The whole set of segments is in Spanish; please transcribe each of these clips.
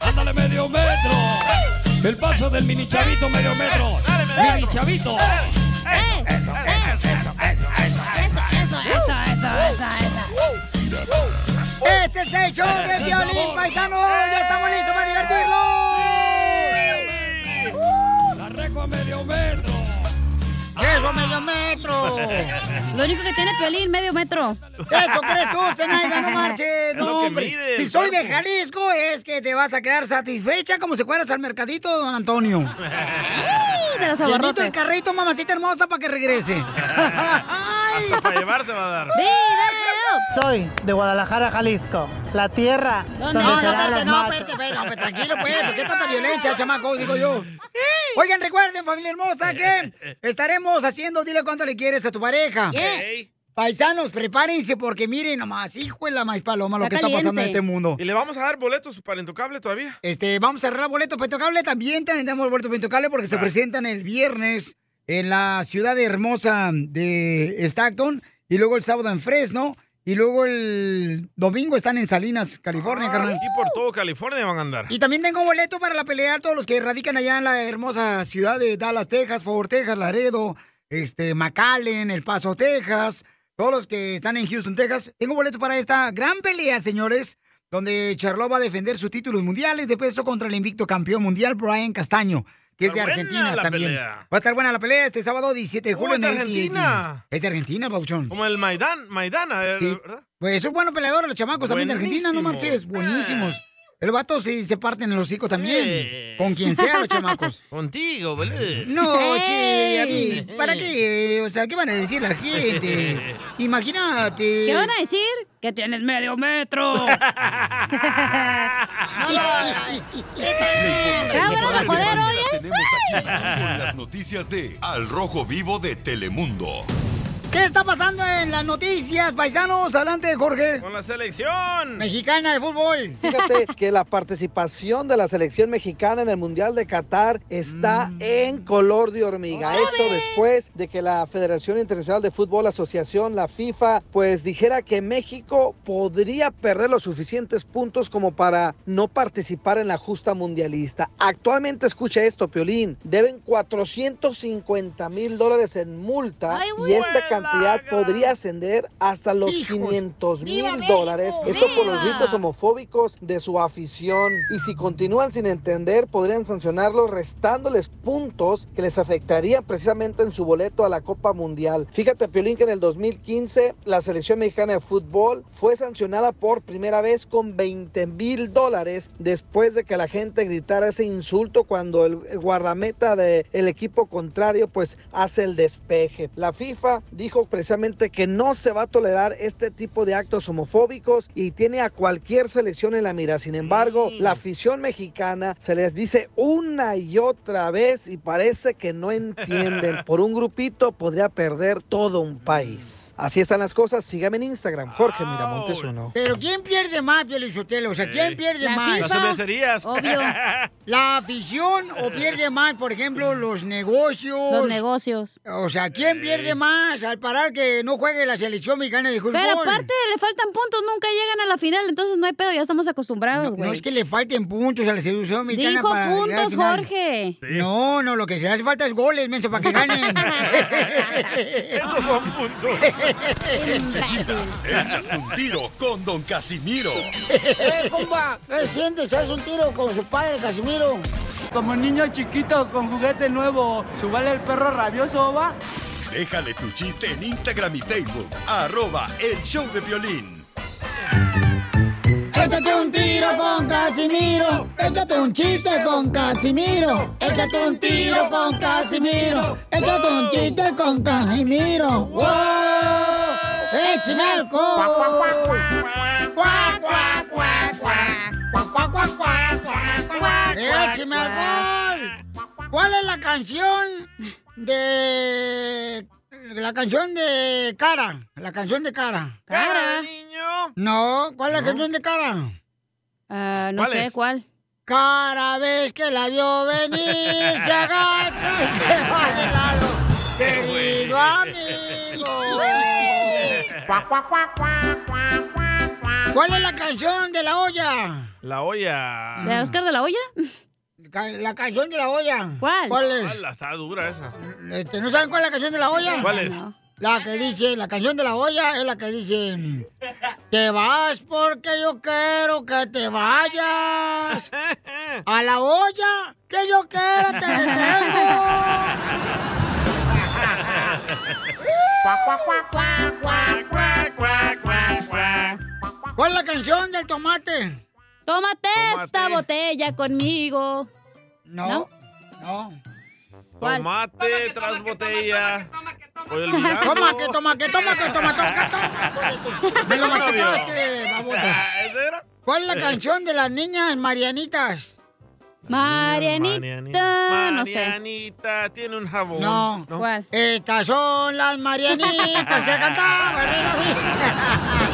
Ándale medio metro. El paso del mini chavito medio metro. Mini chavito. Eso, eso, eso, eso, eso, eso. Este es é el show Eh, Ese de es violín, sabor. paisano. Ya estamos listos para divertirlo. La reco a medio metro. Eso, medio metro. Lo único que tiene Piolín, medio metro. Eso crees tú, Zenaida, no marches. Es lo No, que hombre. mides, si soy de Marco. Jalisco, es que te vas a quedar satisfecha como si fueras al mercadito, don Antonio. de los Llenito abarrotes. el carrito, mamacita hermosa, para que regrese. Hasta para llevarte va a dar. ¡Video! Soy de Guadalajara, Jalisco, la tierra No, donde No, no, serán espérate, los no, machos. espérate, espérate, no, pues, tranquilo, pues, ¿por qué tanta violencia, chamaco? Digo yo. Oigan, recuerden, familia hermosa, que estaremos haciendo Dile Cuánto Le Quieres a tu pareja. Yes. Paisanos, prepárense porque miren nomás, hijo de la maíz paloma, lo Está que está pasando en caliente. este mundo. ¿Y le vamos a dar boletos para Intocable todavía? Este, vamos a arreglar boletos para Intocable también, también damos boletos para Intocable porque se Ah. presentan el viernes en la ciudad hermosa de Stockton y luego el sábado en Fresno y luego el domingo están en Salinas, California, carnal. Aquí por todo California van a andar. Y también tengo boleto para la pelea todos los que radican allá en la hermosa ciudad de Dallas, Texas, Fort Worth, Texas, Laredo, este, McAllen, El Paso, Texas, todos los que están en Houston, Texas. Tengo boleto para esta gran pelea, señores, donde Charlo va a defender sus títulos mundiales de peso contra el invicto campeón mundial Brian Castaño, que es de Está buena Argentina la también. pelea. Va a estar buena la pelea este sábado 17 de Oh, julio es de en el AT&T. Argentina. Es de Argentina, Pauchón. Como el Maidán, Maidana, eh, Sí. ¿verdad? Pues es un buen peleador, los chamacos también de Argentina, no Buenísimo. Ah. marches, buenísimos. El vato sí se parte en el hocico también, Eh. con quien sea los chamacos. Contigo, boludo. No, che, a Ey. mí, ¿para qué? O sea, ¿qué van a decir la gente? Imagínate. ¿Qué van a decir? Que tienes medio metro. Ya vámonos a joder hoy, ¿eh? Tenemos aquí con las noticias de Al Rojo Vivo de Telemundo. ¿Qué está pasando en las noticias, paisanos? Adelante, Jorge. Con la selección. Mexicana de fútbol. Fíjate que la participación de la selección mexicana en el Mundial de Qatar está en color de hormiga. Esto después de que la Federación Internacional de Fútbol Asociación, la FIFA, pues dijera que México podría perder los suficientes puntos como para no participar en la justa mundialista. Actualmente, escucha esto, Piolín, deben 450 mil dólares en multa Ay, y esta güey. cantidad podría ascender hasta los Hijos. 500 ¡Viva mil México! dólares. Esto por los ¡Viva! gritos homofóbicos de su afición. Y si continúan sin entender, podrían sancionarlos restándoles puntos que les afectarían precisamente en su boleto a la Copa Mundial. Fíjate, Piolín, que en el 2015 la selección mexicana de fútbol fue sancionada por primera vez con 20 mil dólares después de que la gente gritara ese insulto cuando el el guardameta del equipo contrario pues hace el despeje. La FIFA dijo precisamente que no se va a tolerar este tipo de actos homofóbicos y tiene a cualquier selección en la mira. Sin embargo, Mm. la afición mexicana se les dice una y otra vez y parece que no entienden. Por un grupito podría perder todo un país. Así están las cosas. Sígame en Instagram, Jorge Miramontes uno. Pero ¿quién pierde más, Pielichotelo? O sea, ¿quién Eh. pierde La más? Las FIFA. cervecerías. Obvio. ¿La afición o pierde más, por ejemplo, los negocios? Los negocios. O sea, ¿quién pierde más al parar que no juegue la selección mexicana de fútbol? Pero aparte, le faltan puntos, nunca llegan a la final, entonces no hay pedo, ya estamos No, acostumbrados, no güey. es que le falten puntos a la selección mexicana Dijo para llegar a puntos, final. Jorge. No, no, lo que se hace falta es goles, menso, para que ganen. Esos son puntos. Enseguida, échate un tiro con Don Casimiro. ¡Eh, compa! ¿Qué sientes? ¿Haz un tiro con su padre, Casimiro? como un niño chiquito con juguete nuevo. Subale el perro rabioso, va. Déjale tu chiste en Instagram y Facebook. Arroba El Show de Violín. Échate un tiro con Casimiro. Échate un chiste con Casimiro. Échate un tiro con Casimiro. Échate un chiste con Casimiro. ¡Wow! ¡Échame é alcohol! é ¡Échame alcohol! ¿Cuál es la canción de. La canción de cara? La canción de cara. Cara. No, ¿cuál es la canción de cara? Ah, no ¿Cuál sé, es? ¿cuál? Cada vez que la vio venir, se agacha y se va de lado. Querido amigo. ¿Cuál es la canción de la olla? La olla. ¿De Oscar de la Hoya? Ca- La canción de la olla. ¿Cuál? es? Ala, está dura esa. Este, ¿No saben cuál es la canción de la olla? ¿Cuál es? La que dice, la canción de la olla es la que dice, te vas porque yo quiero que te vayas a la olla que yo quiero te detengo. ¿Cuál es la canción del tomate? Tómate, esta botella conmigo. No. No. ¿Cuál? Tomate tras botella. Voy olvidando. Toma, que toma, que toma, que toma, toma, que toma. Me lo machacaste, babota. Ah, ¿Ese era? ¿Cuál es la canción de las niñas marianitas? Marianita, Ah, no sé. Marianita tiene un jabón. No. ¿Cuál? Estas son las marianitas que cantaban en la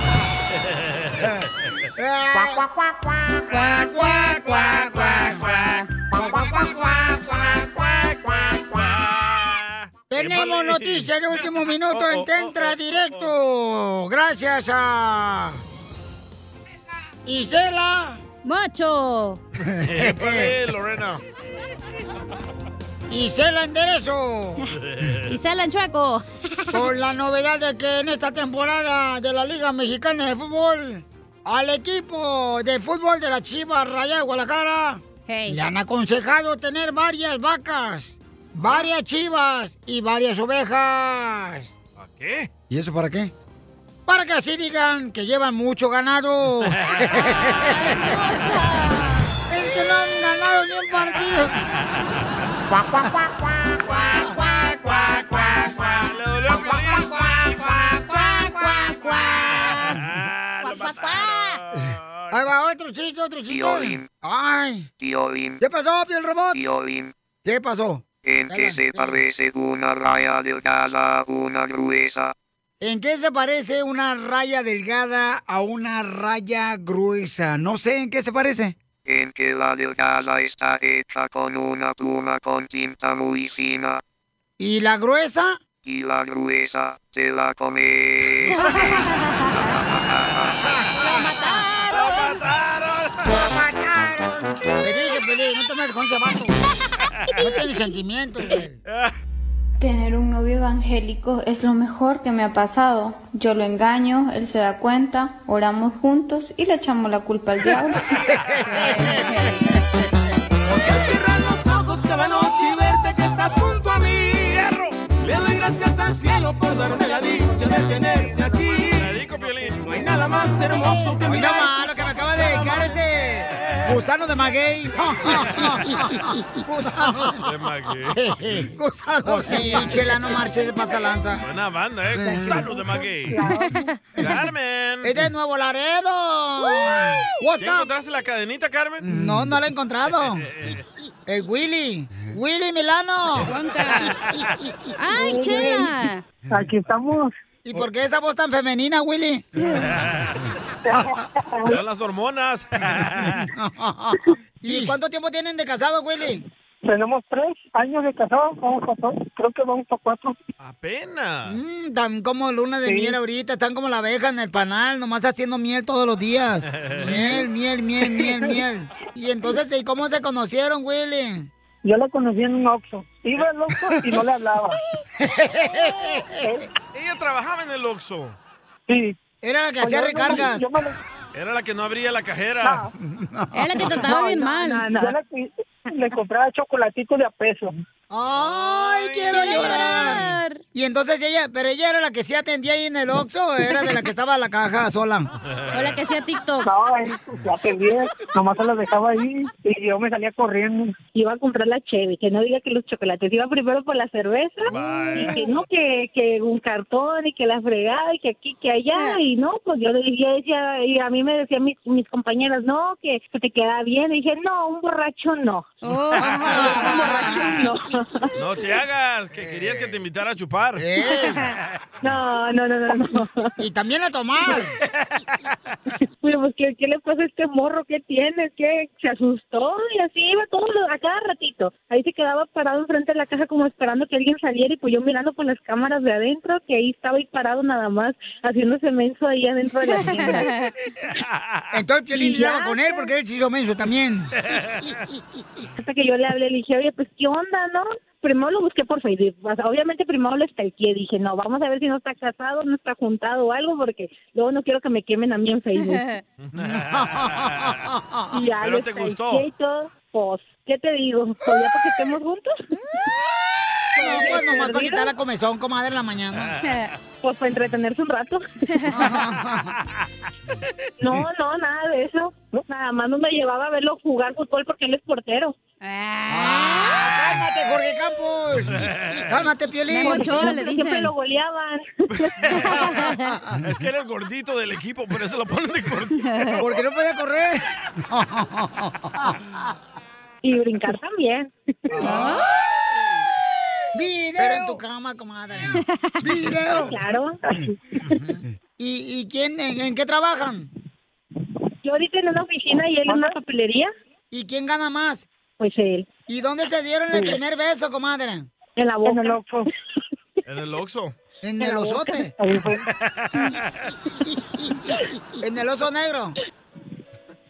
Tenemos noticias de último minuto en Tentra Directo. Gracias a Isela Macho. Eh, Épale, Lorena. Isela Enderezo. Isela Enchueco. Con la novedad de que en esta temporada de la Liga Mexicana de Fútbol, al equipo de fútbol de la Chivas Rayada de Guadalajara le han aconsejado tener varias vacas, varias chivas y varias ovejas. ¿Qué? ¿Y eso para qué? Para que así digan que llevan mucho ganado. es que no han ganado ni un partido. Ahí va otro chiste, otro chiste. Tío Bim. Ay, Tío Bim, ¿qué pasó, Piel Robot? tío Bim, ¿Qué pasó? ¿en qué se parece una raya delgada a una gruesa? ¿En qué se parece una raya delgada a una raya gruesa? No sé en qué se parece. ¿En que la delgada está hecha con una pluma con tinta muy fina? ¿Y la gruesa? Y la gruesa se la come. Le dije, Pelín, no te metas con ese vato. No tiene sentimiento. güey. Tener un novio evangélico es lo mejor que me ha pasado. Yo lo engaño, él se da cuenta, oramos juntos y le echamos la culpa al diablo. Cerrar los ojos cada noche y verte que estás junto a mí. Le doy gracias al cielo por darme la dicha de tenerte aquí. No hay nada más hermoso que Oye, mirar. nada más, lo que me acaba de dedicar este gusano de maguey. gusano. De maguey. de- Gusano. oh, Sí, chela, no marches de pasa lanza. Buena banda, eh. Con salud de maguey. Carmen. Es de Nuevo Laredo. What's ¿Ya up? encontraste la cadenita, Carmen? Eh, No, no la he encontrado. El Willy. Willy Milano. Ay, chela. Aquí estamos. ¿Y por qué esa voz tan femenina, Willy? Te dan las hormonas. ¿Y cuánto tiempo tienen de casado, Willy? Tenemos tres años de casados, vamos a cuatro, creo que vamos a cuatro. Apenas. Mm, tan como luna de Sí. miel ahorita, están como la abeja en el panal, nomás haciendo miel todos los días. Miel, miel, miel, miel, miel. Y entonces, ¿y cómo se conocieron, Willy? Yo la conocí en un Oxxo. Iba al Oxxo y no le hablaba. Ella trabajaba en el Oxxo. Sí. Era la que Pues hacía yo me- recargas. yo me- Era la que no abría la cajera. Era la que trataba bien mal. Yo la que le compraba chocolatitos de a peso. ¡Ay, quiero llorar! Y entonces ella, pero ella era la que sí atendía ahí en el Oxxo, ¿o era de la que estaba en la caja sola. O la que hacía TikToks. No, ya atendía, nomás se las dejaba ahí y yo me salía corriendo. Iba a comprar la cheve, que no diga que los chocolates, iba primero por la cerveza y que no, que, que un cartón y que la fregada y que aquí, que allá y no, pues yo, le- yo decía, y a mí me decían mis, mis compañeras, no, que se te queda bien, y dije, no, un borracho no. Oh. No te hagas, que querías que te invitara a chupar. Eh. No, no, no, no, no. Y también a tomar. Pero pues, ¿qué, qué le pasa a este morro? ¿Qué tienes? ¿Qué? Se asustó y así iba todo lo- a cada ratito. Ahí se quedaba parado enfrente de la caja como esperando que alguien saliera y pues yo mirando por las cámaras de adentro que ahí estaba ahí parado nada más haciéndose menso ahí adentro de la tienda. Entonces Piolín Y lidiaba ya, con él porque él se hizo menso también. Hasta que yo le hablé, le dije, oye, pues, ¿qué onda, no? Primero lo busqué por Facebook. O sea, obviamente primero lo stalkeé. Dije, no, vamos a ver si no está casado, no está juntado o algo, porque luego no quiero que me quemen a mí en Facebook. Y ya Pero lo te stalkeé gustó. y todo. Pues, ¿qué te digo? Pues ya para que estemos juntos. No, pues nomás para quitar la comezón, comadre, en la mañana. Pues para entretenerse un rato. No, no, nada de eso. Nada más no me llevaba a verlo jugar fútbol porque él es portero. ¡Cálmate, Jorge Campos! ¡Cálmate, Piolín! Memo Ochoa, le dicen. Siempre lo goleaban. Es que era el gordito del equipo, por eso lo ponen de gordito. Porque no podía correr. y brincar también. Ah. ¡Video! Pero en tu cama, comadre. ¡Video! Claro. ¿Y, y quién, en, en qué trabajan? Yo ahorita en una oficina y él en una papelería. ¿Y quién gana más? Pues él. ¿Y dónde se dieron el Sí. primer beso, comadre? En la boca. En el En el Oxxo. En el osote. En el oso negro.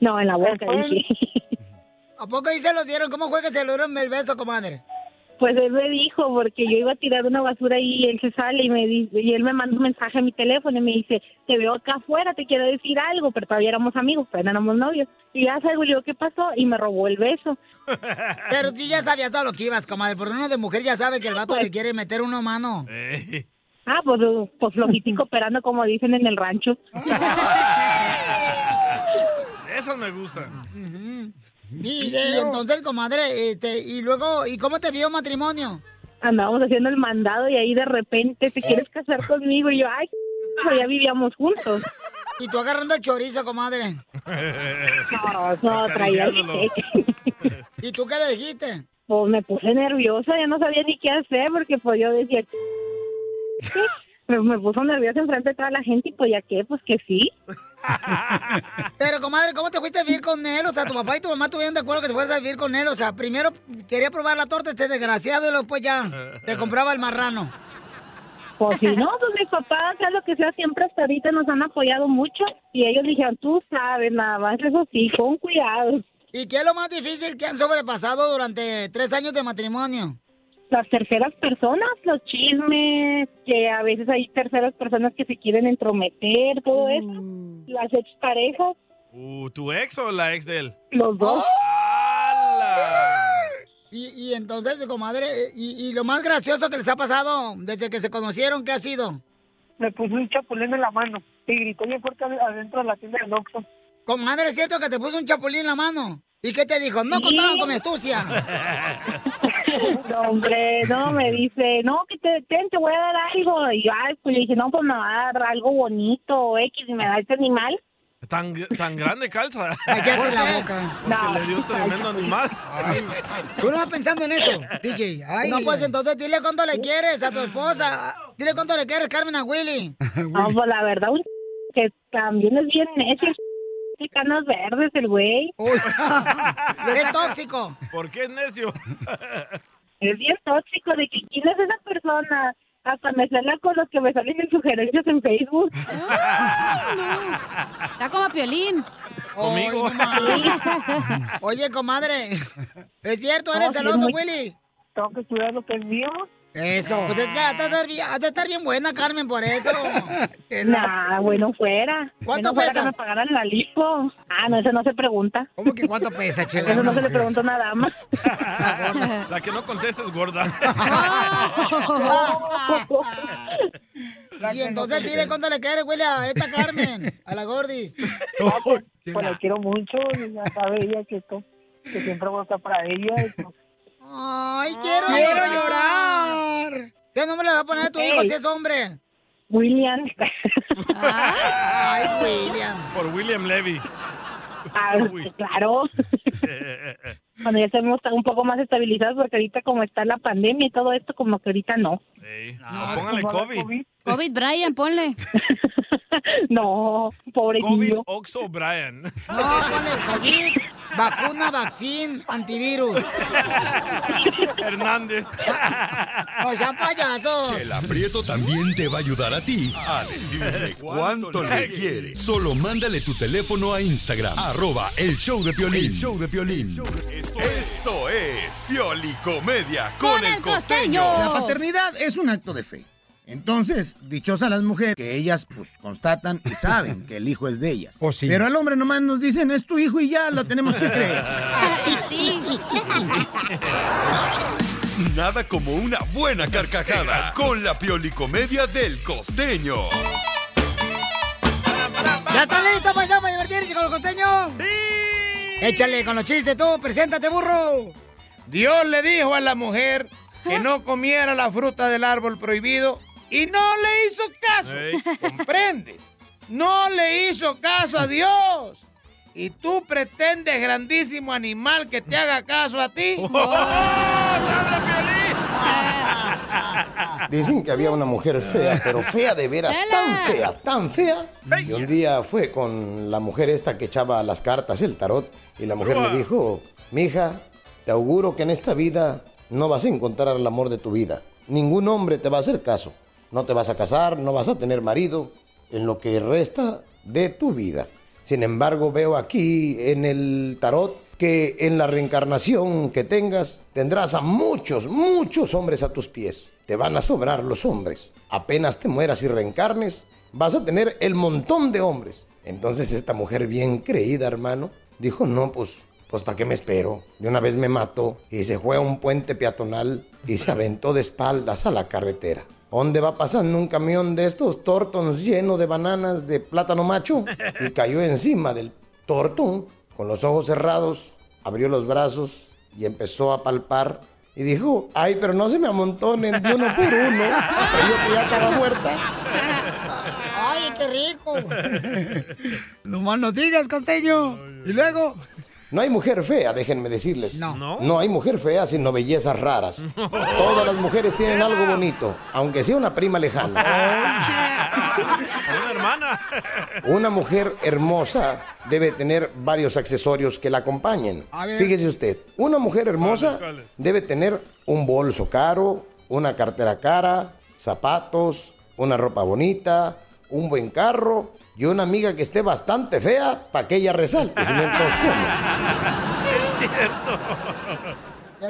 No, en la boca, Después- dije. ¿A poco ahí se los dieron? ¿Cómo fue que se lo dieron el beso, comadre? Pues él me dijo, porque yo iba a tirar una basura y él se sale y me dice, y él me manda un mensaje a mi teléfono y me dice, te veo acá afuera, te quiero decir algo, pero todavía éramos amigos, pero éramos novios. Y ya salgo y le digo, ¿qué pasó? Y me robó el beso. Pero tú ya sabías todo lo que ibas, comadre. Porque uno de mujer ya sabe que el vato le quiere meter uno mano. Ah, pues, uh, pues logístico operando como dicen en el rancho. Esas me gustan. Y, y entonces, comadre, este, y luego, ¿y cómo te vio matrimonio? Andábamos haciendo el mandado y ahí de repente, ¿te quieres casar conmigo? Y yo, ay, pues ya vivíamos juntos. Y tú agarrando el chorizo, comadre. No, no, traía el Acariciándolo. cheque. ¿Y tú qué le dijiste? Pues me puse nerviosa, ya no sabía ni qué hacer porque pues yo decía... "¿Qué?". Pero me puso nerviosa enfrente de toda la gente y pues ya qué, pues que sí. Pero, comadre, ¿cómo te fuiste a vivir con él? O sea, tu papá y tu mamá estuvieron de acuerdo que te fueras a vivir con él. O sea, primero quería probar la torta este desgraciado y después ya te compraba el marrano. Pues si no, pues mis papás, sea lo que sea, siempre hasta ahorita nos han apoyado mucho y ellos dijeron, tú sabes, nada más, eso sí, con cuidado. ¿Y qué es lo más difícil que han sobrepasado durante tres años de matrimonio? las terceras personas, los chismes, que a veces hay terceras personas que se quieren entrometer, todo eso, las exparejas, Uh, ¿Tu ex o la ex de él? los dos. Y, y entonces, comadre, y, y lo más gracioso que les ha pasado desde que se conocieron, ¿qué ha sido? Me puso un chapulín en la mano y gritó bien fuerte ad- adentro de la tienda del Oxxo. Comadre, ¿es cierto que te puso un chapulín en la mano? ¿Y qué te dijo? No contaban con mi astucia. No, hombre, no, me dice, no, que te detén, te voy a dar algo. Y yo, ay, pues le dije, no, pues me va a dar algo bonito, o X, y me da este animal. Tan, tan grande calza. Cállate la boca. Porque le dio un tremendo animal. Tú no vas pensando en eso, DJ. Ay. No, pues entonces dile cuánto le quieres a tu esposa. Dile cuánto le quieres, Carmen, a Willy. No, pues la verdad, un que también es bien necio, de canas verdes el güey. Es tóxico. ¿Por qué es necio? Es bien tóxico de que quién es esa persona. Hasta me salen con los que me salen en sugerencias en Facebook. Está como Piolín. Conmigo. Ay, no Oye, comadre, ¿es cierto? ¿Eres No, sí, celoso, muy- Willy? Tengo que cuidar lo que es mío Eso. Pues es que has de estar bien- has de estar bien buena, Carmen, por eso. Nah, bueno, pues. fuera. ¿Cuánto Bueno, fuera que pesas? me pagaran la lipo. Ah, no, eso no se pregunta. ¿Cómo que cuánto pues. pesa, Chela? Eso no se le No. pregunta a una dama. La que no contesta es gorda. Ah. Y entonces dile cuánto le quiere, güey, a esta Carmen, a la Gordis. Pues la quiero mucho y ya sabe ella que esto, que siempre voy a estar para ella. y pues, Ay, quiero, Quiero llorar. ¿Qué nombre le va a poner a tu hijo Ey. si es hombre? William. Ay, William. Por William Levy. Ah, claro. Cuando ya estemos un poco más estabilizados, porque ahorita como está la pandemia y todo esto, como que ahorita no. No, póngale como la COVID. COVID, Brian, ponle. no, pobre COVID niño. Oxo Brian. No, ponle COVID, vacuna, vaccine, antivirus. Hernández. O sea, Pues payaso. Chela Prieto también te va a ayudar a ti a decirle cuánto le quiere. Solo mándale tu teléfono a Instagram, arroba el show de Piolín. El show de Piolín. Esto es Pioli Comedia con el costeño. La paternidad es un acto de fe. Entonces, dichosas las mujeres que ellas pues constatan y saben que el hijo es de ellas. Oh, Pero al hombre nomás nos dicen, es tu hijo y ya lo tenemos que creer. sí. Nada como una buena carcajada con la Pioli Comedia del costeño. ¿Ya están listos, paisano, para divertirse con los costeños? Échale con los chistes tú, preséntate, burro. Dios le dijo a la mujer que no comiera la fruta del árbol prohibido y no le hizo caso. Ey. ¿Comprendes? No le hizo caso a Dios. Y tú pretendes, grandísimo animal, que te haga caso a ti. Dicen que había una mujer fea, pero fea de veras, tan fea, tan fea. Y un día fue con la mujer esta que echaba las cartas, el tarot, y la mujer le dijo, mija, te auguro que en esta vida no vas a encontrar el amor de tu vida. Ningún hombre te va a hacer caso. No te vas a casar, no vas a tener marido en lo que resta de tu vida. Sin embargo, veo aquí en el tarot que en la reencarnación que tengas tendrás a muchos, muchos hombres a tus pies. Te van a sobrar los hombres. Apenas te mueras y reencarnes, vas a tener el montón de hombres. Entonces esta mujer bien creída, hermano, dijo, no, pues, pues ¿para qué me espero? De una vez me mató y se fue a un puente peatonal y se aventó de espaldas a la carretera. ¿Dónde va pasando un camión de estos tortons lleno de bananas de plátano macho? Y cayó encima del tortón con los ojos cerrados, abrió los brazos y empezó a palpar y dijo, ay, pero no se me amontonen de uno por uno. Creyó que ya estaba muerta. Ay, qué rico. Nomás no digas, costeño. Y luego. No hay mujer fea, déjenme decirles. No. no. hay mujer fea sino bellezas raras. Todas las mujeres tienen algo bonito, aunque sea una prima lejana. Una hermana. Una mujer hermosa debe tener varios accesorios que la acompañen. A ver. Fíjese usted, una mujer hermosa ¿Cuáles, cuáles? debe tener un bolso caro, una cartera cara, zapatos, una ropa bonita, un buen carro y una amiga que esté bastante fea para que ella resalte, si no entonces ¿cómo? Es cierto.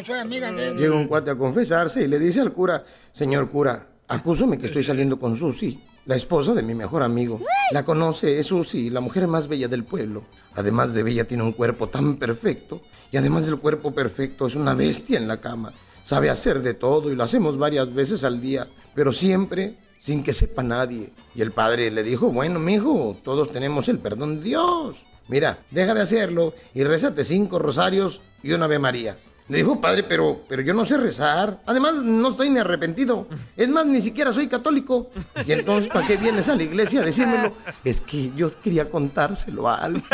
Yo soy amiga de Llega un cuate a confesarse y le dice al cura, señor cura, acúsame que estoy saliendo con Susi, la esposa de mi mejor amigo. La conoce, es Susi, la mujer más bella del pueblo. Además de bella, tiene un cuerpo tan perfecto. Y además del cuerpo perfecto, es una bestia en la cama. Sabe hacer de todo y lo hacemos varias veces al día, pero siempre sin que sepa nadie. Y el padre le dijo, bueno, mijo, todos tenemos el perdón de Dios. Mira, deja de hacerlo y rézate cinco rosarios y una Ave María. Le dijo, padre, pero, pero yo no sé rezar. Además, no estoy ni arrepentido. Es más, ni siquiera soy católico. Y entonces, ¿para qué vienes a la iglesia a decírmelo? Es que yo quería contárselo a alguien.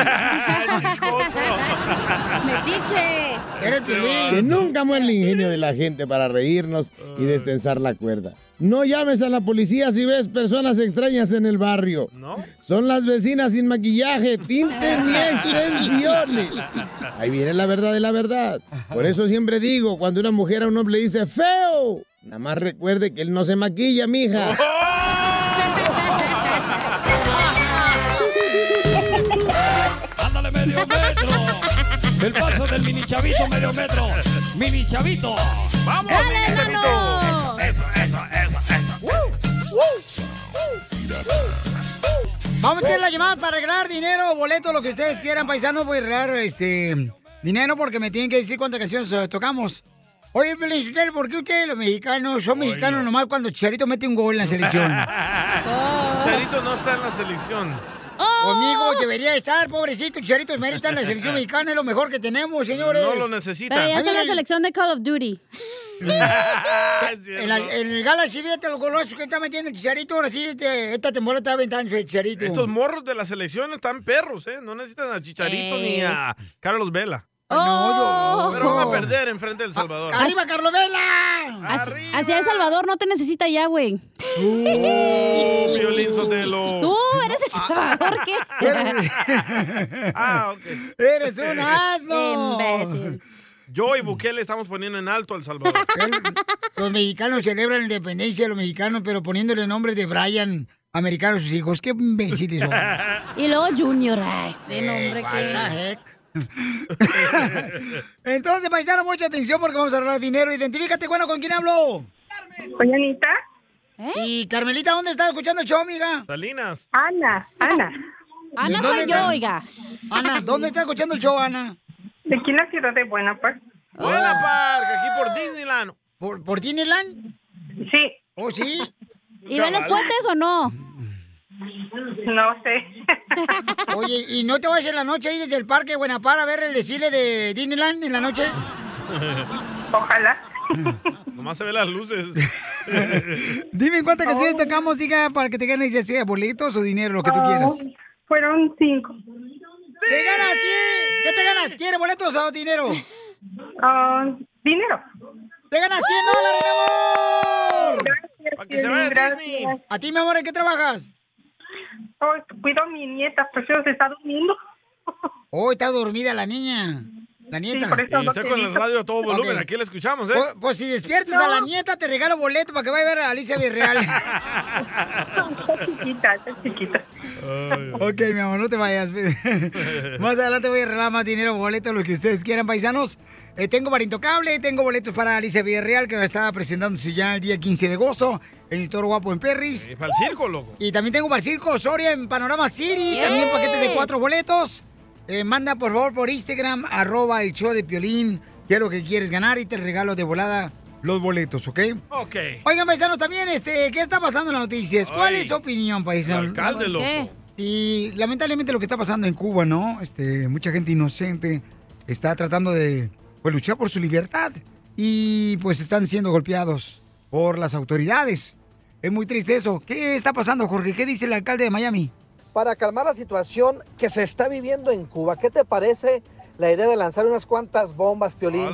¡Metiche! Era el Piolín. ¿Qué Que nunca muere el ingenio de la gente para reírnos y destensar la cuerda. No llames a la policía si ves personas extrañas en el barrio. ¿No? Son las vecinas sin maquillaje, tinte ni extensiones. Ahí viene la verdad de la verdad. Por eso siempre digo, cuando una mujer a un hombre le dice feo, nada más recuerde que él no se maquilla, mija. Ándale medio metro. El paso del mini chavito medio metro. Mini chavito. ¡Vamos, mini chavito! Eso, eso, Vamos a hacer las llamadas para arreglar dinero, boleto, lo que ustedes quieran, paisanos. Voy a arreglar este, dinero porque me tienen que decir cuántas canciones eh, tocamos. Oye, Pelín Sotelo, ¿por qué ustedes los mexicanos son mexicanos nomás cuando Chicharito mete un gol en la selección? Chicharito no está en la selección. Conmigo debería estar, pobrecito Chicharito Esmeralda está en la selección mexicana, es lo mejor que tenemos, señores. No lo necesitan. Pero ya está en la Ay, selección de Call of Duty. En, la- en el Galaxy, fíjate los golazos que está metiendo el Chicharito. Ahora sí, este- esta temporada está aventando el Chicharito. Estos morros de la selección están perros, ¿eh? No necesitan a Chicharito Eh. ni a Carlos Vela. No, yo- Pero van a perder enfrente del Salvador. ¡Arriba, Carlos Vela! Así, así El Salvador no te necesita ya, güey. Tú, Oh, Piolín Sotelo. Tú eres El Salvador, ¿qué? ah, ok. Eres un asno. Imbécil. Yo y Bukele estamos poniendo en alto al Salvador. Los mexicanos celebran la independencia de los mexicanos, pero poniéndole nombre de Brian americano a sus hijos. ¡Qué imbéciles son! Y luego Junior, ay, ese Eh, nombre what the que... heck? Entonces, paisano, mucha atención porque vamos a ahorrar dinero. Identifícate, bueno, ¿con quién hablo? Carmen. Anita? ¿Eh? Sí, Carmelita, ¿dónde estás escuchando el show, amiga? Salinas. Ana, Ana. Ana soy yo, oiga. Ana, ¿dónde estás escuchando el show, Ana? De aquí en la ciudad de Buenapar. Buena parca, aquí por Disneyland. ¿Por, por Disneyland? Sí. ¿Oh, sí? ¿Y ve los puentes o no? No sé. Oye, ¿y no te vas en la noche ahí desde el parque de Buenapar a ver el desfile de Disneyland en la noche? Ojalá. Nomás se ven las luces. Dime en cuántas canciones tocamos, diga, para que te ganes ya sea boletos o dinero, lo que tú quieras. Ah, Fueron cinco. ¡Te ganas, sí! ¿Qué te ganas? ¿Quieres boletos o dinero? Ah, dinero. ¡Te ganas 100 dólares, mi amor! Gracias, que se vaya a Gracias. Disney. ¿A ti, mi amor, en qué trabajas? Oh, cuido a mi nieta, por eso se está durmiendo. Oh, está dormida la niña. La nieta. por eso Y usted con el radio a todo volumen, Ok. aquí la escuchamos, ¿eh? Pues, pues si despiertas a la nieta, te regalo boleto para que vaya a ver a Alicia Villarreal. Está chiquita, está chiquita. ok, mi amor, no te vayas. más adelante voy a arreglar más dinero, boletos, lo que ustedes quieran, paisanos. Eh, tengo para Intocable, tengo boletos para Alicia Villarreal, que está presentándose ya el día 15 de agosto en el Toro Guapo en Perris. Para el circo, loco. Y también tengo para el Circo Soria en Panorama City. También paquete de Yes. cuatro boletos. Eh, manda por favor por Instagram, arroba el show de Piolín. ¿Qué es lo que quieres ganar? Y te regalo de volada los boletos, ¿ok? Ok. Oigan, paisanos, también, este, ¿qué está pasando en las noticias? ¿Cuál Ay. es su opinión, paisano? El alcalde, loco. ¿Qué? Y lamentablemente lo que está pasando en Cuba, ¿no? Este, mucha gente inocente está tratando de pues, luchar por su libertad y pues están siendo golpeados por las autoridades. Es muy triste eso. ¿Qué está pasando, Jorge? ¿Qué dice el alcalde de Miami? para calmar la situación que se está viviendo en Cuba. ¿Qué te parece la idea de lanzar unas cuantas bombas, Piolín?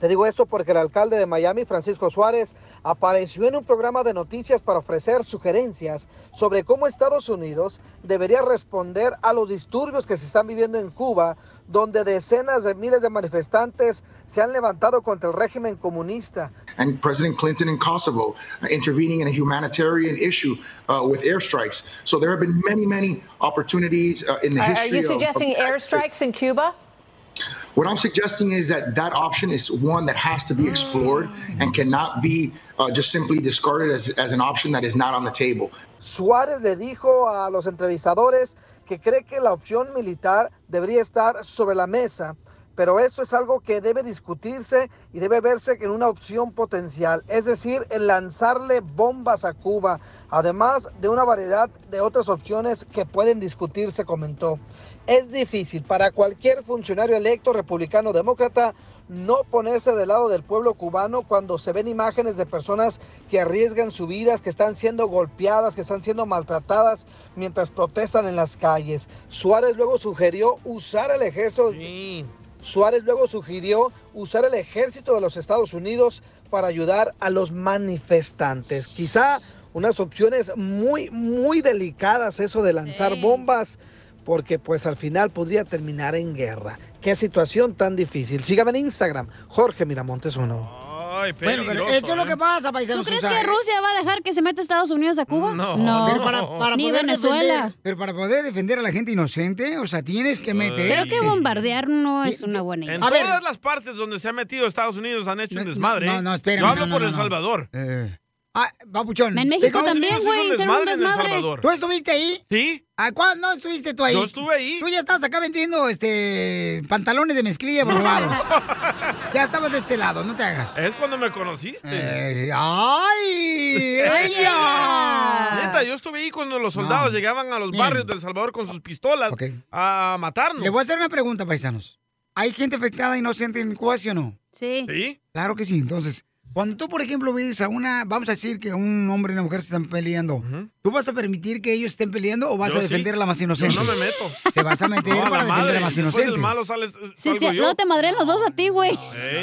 Te digo esto porque el alcalde de Miami, Francisco Suárez, apareció en un programa de noticias para ofrecer sugerencias sobre cómo Estados Unidos debería responder a los disturbios que se están viviendo en Cuba, donde decenas de miles de manifestantes se han levantado contra el régimen comunista. and President Clinton in Kosovo uh, intervening in a humanitarian issue uh, with airstrikes. So there have been many, many opportunities uh, in the Are- Are history. you of- of- suggesting airstrikes in Cuba? What I'm suggesting is that that option is one that has to be explored and cannot be uh, just simply discarded as, as an option that is not on the table. Suárez le dijo a los entrevistadores que cree que la opción militar debería estar sobre la mesa, pero eso es algo que debe discutirse y debe verse en una opción potencial, es decir, en lanzarle bombas a Cuba, además de una variedad de otras opciones que pueden discutirse, comentó. Es difícil para cualquier funcionario electo republicano o demócrata no ponerse del lado del pueblo cubano cuando se ven imágenes de personas que arriesgan su vida, que están siendo golpeadas, que están siendo maltratadas mientras protestan en las calles. Suárez luego sugirió usar el ejército. Suárez luego sugirió usar el ejército de los Estados Unidos para ayudar a los manifestantes. Quizá unas opciones muy, muy delicadas eso de lanzar bombas porque pues al final podría terminar en guerra. Qué situación tan difícil. Sígame en Instagram, Jorge Miramontes uno. Bueno, Ay, pero peligroso, eso es lo ¿eh? que pasa, paisanos? ¿Tú crees o sea, que Rusia va a dejar que se meta Estados Unidos a Cuba? Pero para, para Ni poder Venezuela. defender- pero para poder defender a la gente inocente, o sea, tienes que meter. Creo que bombardear no es una buena idea. En todas las partes donde se ha metido Estados Unidos han hecho un desmadre. no, no, ¿eh? espérame, Yo hablo no, no, por no, El no. Salvador. Ah, papuchón. En México Estados también, Unidos güey, hizo un hicieron un desmadre en El desmadre. Salvador. ¿Tú estuviste ahí? Sí. ¿A cuándo no estuviste tú ahí? Yo estuve ahí. Tú ya estabas acá vendiendo este pantalones de mezclilla borrados. ya estabas de este lado, no te hagas. Es cuando me conociste. Eh, ¡Ay! ¡Ella! Neta, yo estuve ahí cuando los soldados llegaban a los Miren. barrios de El Salvador con sus pistolas a matarnos. Le voy a hacer una pregunta, paisanos. ¿Hay gente afectada inocente en Cuba, sí o no? Sí. ¿Sí? Claro que sí. Entonces, cuando tú, por ejemplo, ves a una, vamos a decir que un hombre y una mujer se están peleando, ¿tú vas a permitir que ellos estén peleando o vas Yo a defender sí. a la más inocente? Yo no me meto. Te vas a meter No, para defender a la madre. la más Después inocente. del malo sales, eh, Sí, sí, salgo yo. no te madré los dos a ti, güey. Ey,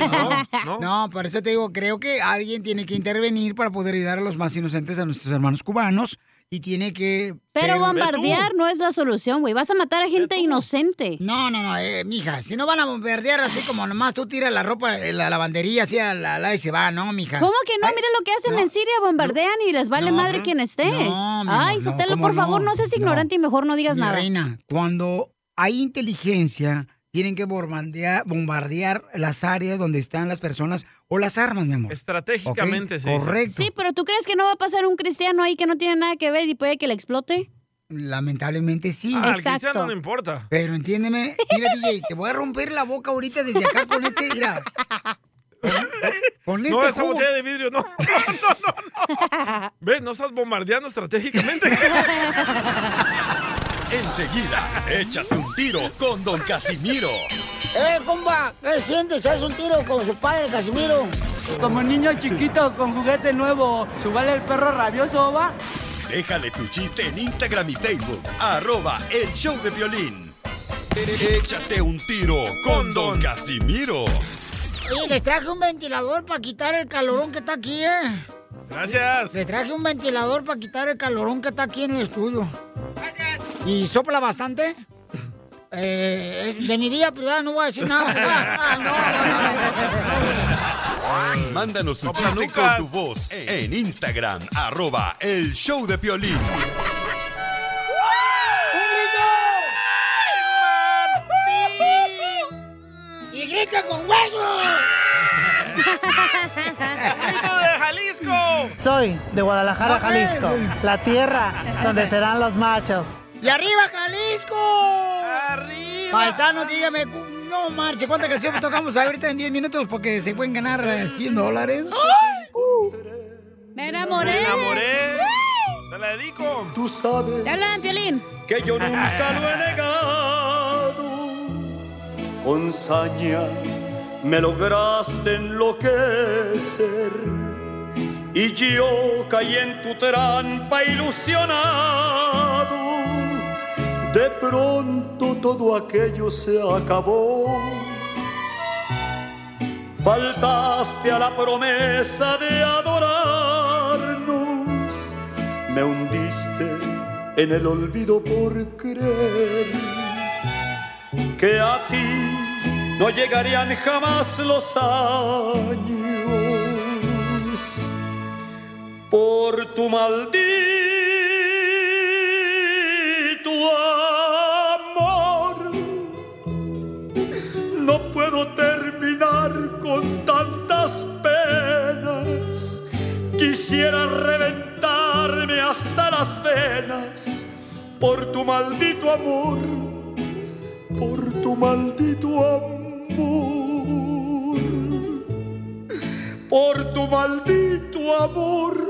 no. no. por eso te digo, creo que alguien tiene que intervenir para poder ayudar a los más inocentes, a nuestros hermanos cubanos, y tiene que... Pero creo- bombardear no es la solución, güey. Vas a matar a gente inocente. No, no, no, eh, mija, si no van a bombardear así como nomás tú tiras la ropa, eh, la lavandería así a la, la y se va, ¿no, mija? ¿Cómo que no? Ay, Mira lo que hacen en Siria, bombardean y les vale madre quien esté. Ay, Sotelo, ¿cómo por favor, no? no seas ignorante y mejor no digas mi nada. reina, cuando hay inteligencia, tienen que bombardear, bombardear las áreas donde están las personas o las armas, mi amor. Estratégicamente Ok, se dice. Correcto. Sí, pero ¿tú crees que no va a pasar un cristiano ahí que no tiene nada que ver y puede que le explote? Lamentablemente sí. Ah, al cristiano no importa. Pero entiéndeme, mira, DJ, te voy a romper la boca ahorita desde acá con este. Mira. Con No, este esa jugo. botella de vidrio, no. No, no, no, no. Ve, no estás bombardeando estratégicamente. Enseguida, échate un tiro con Don Casimiro. ¡Eh, compa! ¿Qué sientes? ¿Haz un tiro con su padre, Casimiro? Como niño chiquito con juguete nuevo, subale el perro rabioso, va. Déjale tu chiste en Instagram y Facebook, arroba el show de violín. Échate un tiro con Don Casimiro. Oye, les traje un ventilador para quitar el calorón que está aquí, ¿eh? Gracias. Les traje un ventilador para quitar el calorón que está aquí en el estudio. Y sopla bastante. Eh, es de mi vida privada no voy a decir nada. Mándanos tu chiste con tu voz en Instagram, arroba el show de violín. ¡Y grita con hueso! de Jalisco! Soy de Guadalajara, Jalisco, la tierra donde serán los machos. ¡Y arriba, Jalisco! ¡Arriba! Paisano, dígame, cu- no marche, ¿cuánta canción tocamos ahorita en 10 minutos? Porque se pueden ganar eh, 100 dólares. Me enamoré. Me enamoré. Te la dedico. Tú sabes. Te hablan, Piolín. Que yo nunca lo he negado. Con saña me lograste enloquecer. Y yo caí en tu trampa ilusionado. De pronto todo aquello se acabó. Faltaste a la promesa de adorarnos. Me hundiste en el olvido por creer que a ti no llegarían jamás los años por tu maldito amor. No puedo terminar con tantas penas. Quisiera reventarme hasta las venas por tu maldito amor, por tu maldito amor, por tu maldito amor.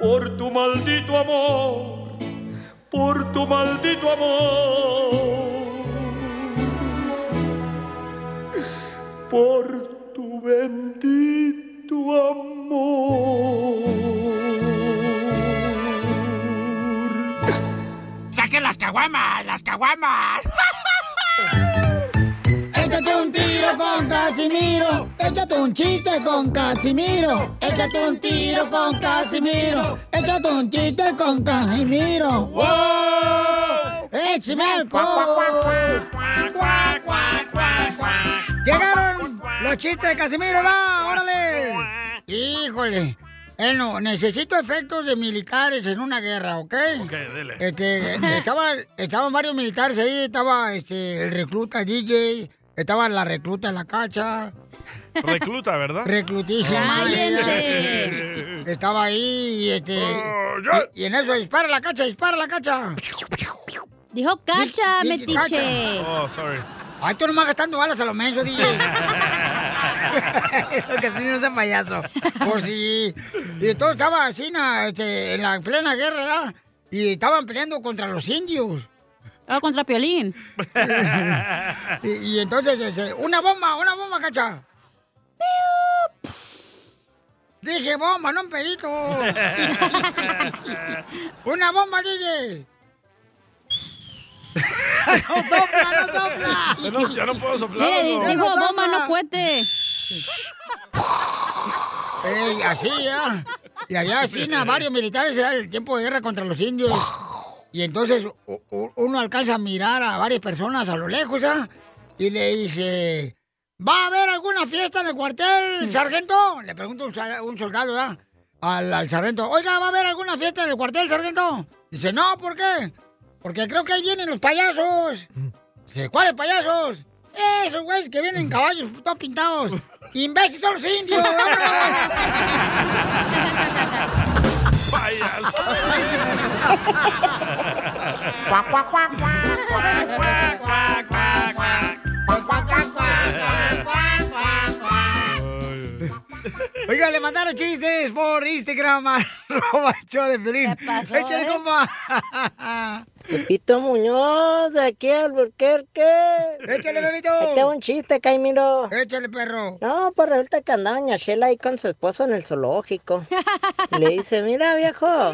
por tu maldito amor por tu maldito amor, por tu bendito amor. ¡Saquen las caguamas! ¡Las caguamas! Échate un tiro con Casimiro. Échate un chiste con Casimiro. Échate un tiro con Casimiro. Échate un chiste con Casimiro. ¡Wow! ¡Échame alcohol! Llegaron los chistes de Casimiro, va, órale. Híjole. Eh, no, necesito efectos de militares en una guerra, ¿ok? Ok, dele. Este, estaba- estaban varios militares ahí, estaba este, el recluta DJ, estaba la recluta en la cacha. Recluta, ¿verdad? Reclutísima. Ah, ella. Estaba ahí y este. y, y en eso dispara la cacha, dispara la cacha. Dijo cacha, metiche. Oh, sorry. Ay, tú nomás gastando balas a lo menso, DJ. Lo que sí, no sea payaso. Por si. Y entonces estaba así na, este, en la plena guerra, ¿verdad? Y estaban peleando contra los indios. Ah, contra Piolín. y, y entonces, este, una bomba, una bomba, cacha. Dije bomba, no un pedito. una bomba, DJ. no sopla, no sopla. No, ya no puedo soplar. Eh, ¿no? dijo, "Bomba, no cuete. Ey, así ya. Y había así na, varios militares era el tiempo de guerra contra los indios. Y entonces u- u- uno alcanza a mirar a varias personas a lo lejos, ¿ah? Y le dice, ¿va a haber alguna fiesta en el cuartel, sargento? Le pregunta un, sa- un soldado, ¿ah? Al, al sargento, oiga, ¿va a haber alguna fiesta en el cuartel, sargento? Dice, no, ¿por qué? Porque creo que ahí vienen los payasos. Dice, ¿cuáles payasos? Esos güeyes que vienen en caballos todos pintados. ¡Imbéciles son los indios! ¡vámonos! Cuac, cuac, cuac, cuac, cuac, cuac, cuac, cuac, cuac. Cuac, cuac, cuac, cuac, cuac, cuac, cuac. Oiga, le mandaron chistes por Instagram, arroba el show de Piolín. pasó, Échale, eh? compa. Pepito Muñoz, de aquí al Burquerque. Échale, Pepito. Este es un chiste, Caimiro. Échale, perro. No, pues resulta que andaba doña Shela ahí con su esposo en el zoológico. Y Le dice, mira, viejo,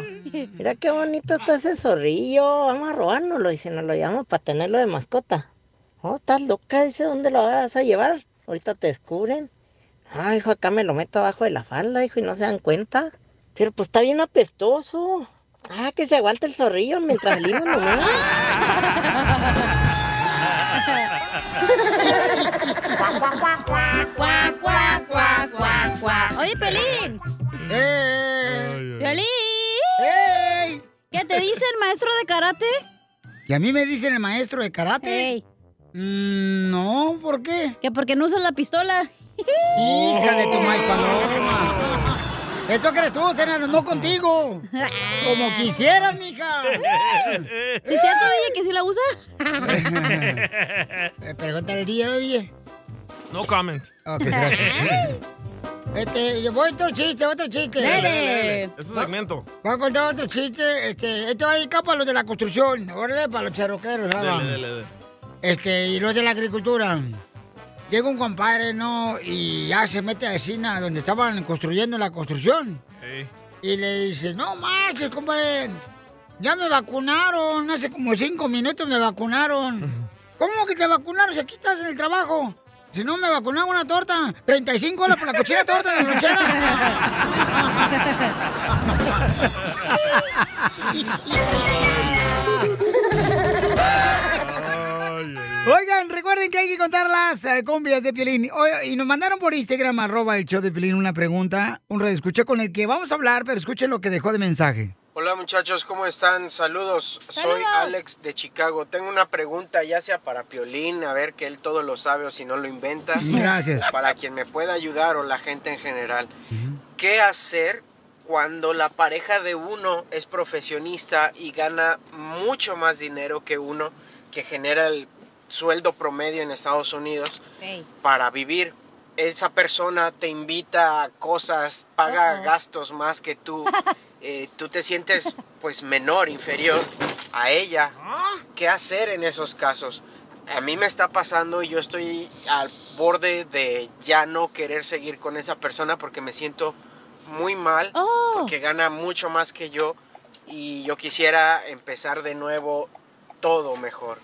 mira qué bonito está ese zorrillo. Vamos a robárnoslo. Dice, nos lo llevamos para tenerlo de mascota. Oh, estás loca, dice, ¿dónde lo vas a llevar? Ahorita te descubren. Ah, hijo, acá me lo meto abajo de la falda, hijo, y no se dan cuenta. Pero pues está bien apestoso. Ah, que se aguante el zorrillo mientras limo nomás. Cuac, cuac, cuac, cuac, cuac, cuac, cuac, cuac, cuac. Oye, Pelín. Eh, Pelín. ¿Qué te dice el maestro de karate? ¿Y a mí me dicen el maestro de karate? Mm, no, ¿por qué? Que porque no usas la pistola. Hija de tu mal paloma. Eso crees tú, Senado, no contigo. Como quisieras, mija. ¿Sí ¿Es cierto, DJ, que sí la usa? Pregúntale el día, DJ. No comment. Ok, gracias. Este, yo voy otro chiste, otro chiste. Dale, dale. Es un segmento. Voy a contar otro chiste. Este, este va a dedicar para los de la construcción. Órale, para los charroqueros. ahí va. Dele, dele, dele. Este, y los de la agricultura. Llega un compadre, ¿no? Y ya se mete a vecina donde estaban construyendo la construcción. Ey. Y le dice, no marches, compadre. Ya me vacunaron. Hace como cinco minutos me vacunaron. ¿Cómo que te vacunaron? Si aquí estás en el trabajo. Si no me vacunaba una torta, 35 dólares por la cochera torta en la lonchera. Oigan, recuerden que hay que contar las eh, cumbias de Piolín. Oye, y nos mandaron por Instagram, arroba el show de Piolín, una pregunta, un escuché con el que vamos a hablar, pero escuchen lo que dejó de mensaje. Hola muchachos, ¿cómo están? Saludos. soy Alex de Chicago. Tengo una pregunta ya sea para Piolín, a ver que él todo lo sabe o si no lo inventa. Gracias. O Para quien me pueda ayudar o la gente en general. ¿Qué hacer cuando la pareja de uno es profesionista y gana mucho más dinero que uno que genera el sueldo promedio en Estados Unidos? para vivir. Esa persona te invita a cosas, paga Ujú. gastos más que tú. eh, tú te sientes pues menor, inferior a ella. ¿Qué hacer en esos casos? A mí me está pasando y yo estoy al borde de ya no querer seguir con esa persona porque me siento muy mal, porque gana mucho más que yo y yo quisiera empezar de nuevo todo mejor.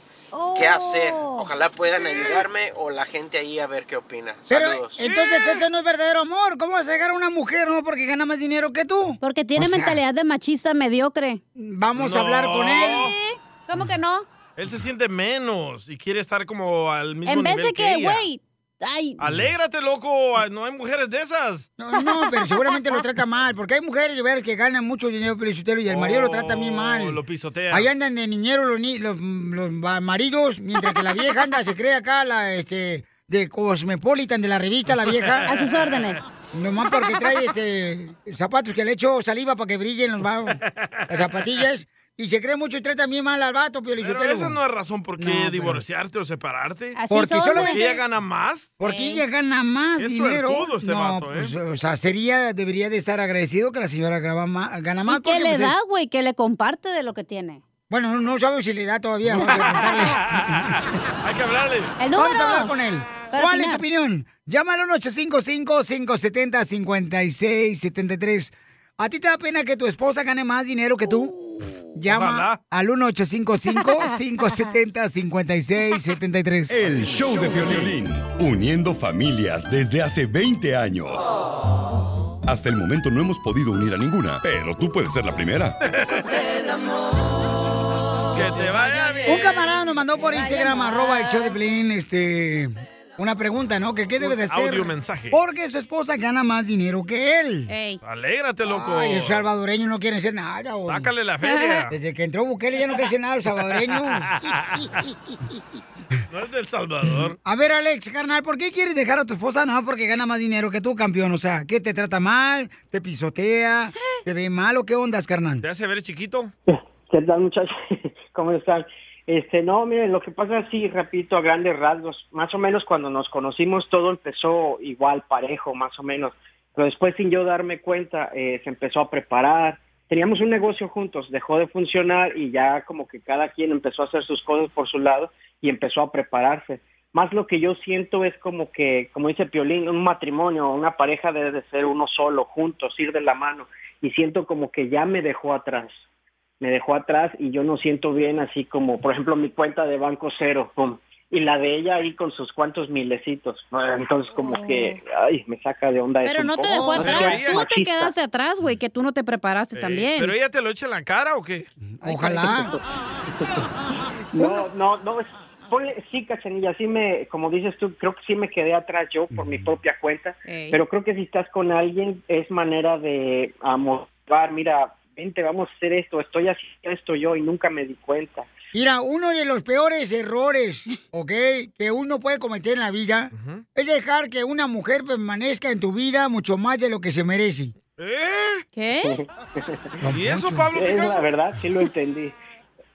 ¿Qué hacer? Ojalá puedan ayudarme o la gente ahí a ver qué opina. Pero Saludos. entonces ese no es verdadero amor. ¿Cómo vas a dejar a una mujer no porque gana más dinero que tú? Porque tiene mentalidad de machista mediocre. Vamos a hablar con él. Sí, ¿Cómo que no? Él se siente menos y quiere estar como al mismo En vez nivel de que, ella. güey, ay. Alégrate, loco. ah, No hay mujeres de esas. No, no, pero seguramente lo trata mal, porque hay mujeres de veras que ganan mucho dinero Piolichotelo, y el marido lo trata bien O mal. Oh, Lo pisotea. Ahí andan de niñero los, ni- los, los ma- maridos, mientras que la vieja anda, se cree acá la este de Cosmopolitan de la revista La Vieja. A sus órdenes. Nomás porque trae este, zapatos que le echo saliva para que brillen los, va- las zapatillas. Y se cree mucho y trata bien mal al vato, Pero Piolichotelo. esa no es razón por qué No, pero- divorciarte o separarte. Porque solamente- Porque ella gana más. Porque ella gana más Es dinero. suertudo este no, vato, ¿eh? pues, o sea, sería, debería de estar agradecido que la señora graba ma- gana más. ¿Y qué porque, le pues, da, es- güey? Que le comparte de lo que tiene. Bueno, no, no sabemos si le da todavía. vamos a preguntarle. Hay que hablarle. Vamos a hablar con él. Para ¿Cuál es opinar. tu opinión? Llámalo al 855-570-5673. ¿A ti te da pena que tu esposa gane más dinero que tú? Llama al 1855-570-5673. El show de violín, uniendo familias desde hace 20 años. Hasta el momento no hemos podido unir a ninguna, pero tú puedes ser la primera. Que te vaya bien. Un camarada nos mandó por Instagram, arroba el show de Pelín, este, una pregunta, ¿no? Que qué debe de Un hacer. audio mensaje. Porque su esposa gana más dinero que él. Alégrate, loco. Ay, el salvadoreño no quiere hacer nada, güey. Sácale la feria. Desde que entró Bukele ya no quiere hacer nada, el salvadoreño. No es del Salvador. A ver, Alex, carnal, ¿por qué quieres dejar a tu esposa? No, porque gana más dinero que tú, campeón. O sea, ¿qué te trata mal? ¿Te pisotea? ¿Te ve mal o qué ondas, carnal? ¿Te hace ver chiquito? ¿Qué tal, muchachos? ¿Cómo están? Este, no, miren, lo que pasa, sí, repito, a grandes rasgos, más o menos cuando nos conocimos todo empezó igual, parejo, más o menos. Pero después, sin yo darme cuenta, eh, se empezó a preparar. Teníamos un negocio juntos, dejó de funcionar y ya como que cada quien empezó a hacer sus cosas por su lado y empezó a prepararse. Más lo que yo siento es como que, como dice Piolín, un matrimonio, una pareja debe de ser uno solo, juntos, ir de la mano. Y siento como que ya me dejó atrás me dejó atrás y yo no siento bien así como, por ejemplo, mi cuenta de banco cero, pum, y la de ella ahí con sus cuantos milecitos. ¿no? Entonces como que, ay, me saca de onda. Pero eso un no te poco. dejó sé, atrás. es Tú te machista. quedaste atrás, güey, que tú no te preparaste también. ¿Pero ella te lo echa en la cara o qué? No, no, no, es- ponle- sí, Cachanilla, sí me, como dices tú, creo que sí me quedé atrás yo por mi propia cuenta, Ey. pero creo que si estás con alguien es manera de ah, motivar, mira, vente, vamos a hacer esto, estoy haciendo esto yo y nunca me di cuenta. Mira, uno de los peores errores, ¿ok? Que uno puede cometer en la vida es dejar que una mujer permanezca en tu vida mucho más de lo que se merece. ¿Qué? ¿Y eso, Pablo Es Picasso? la verdad, sí lo entendí.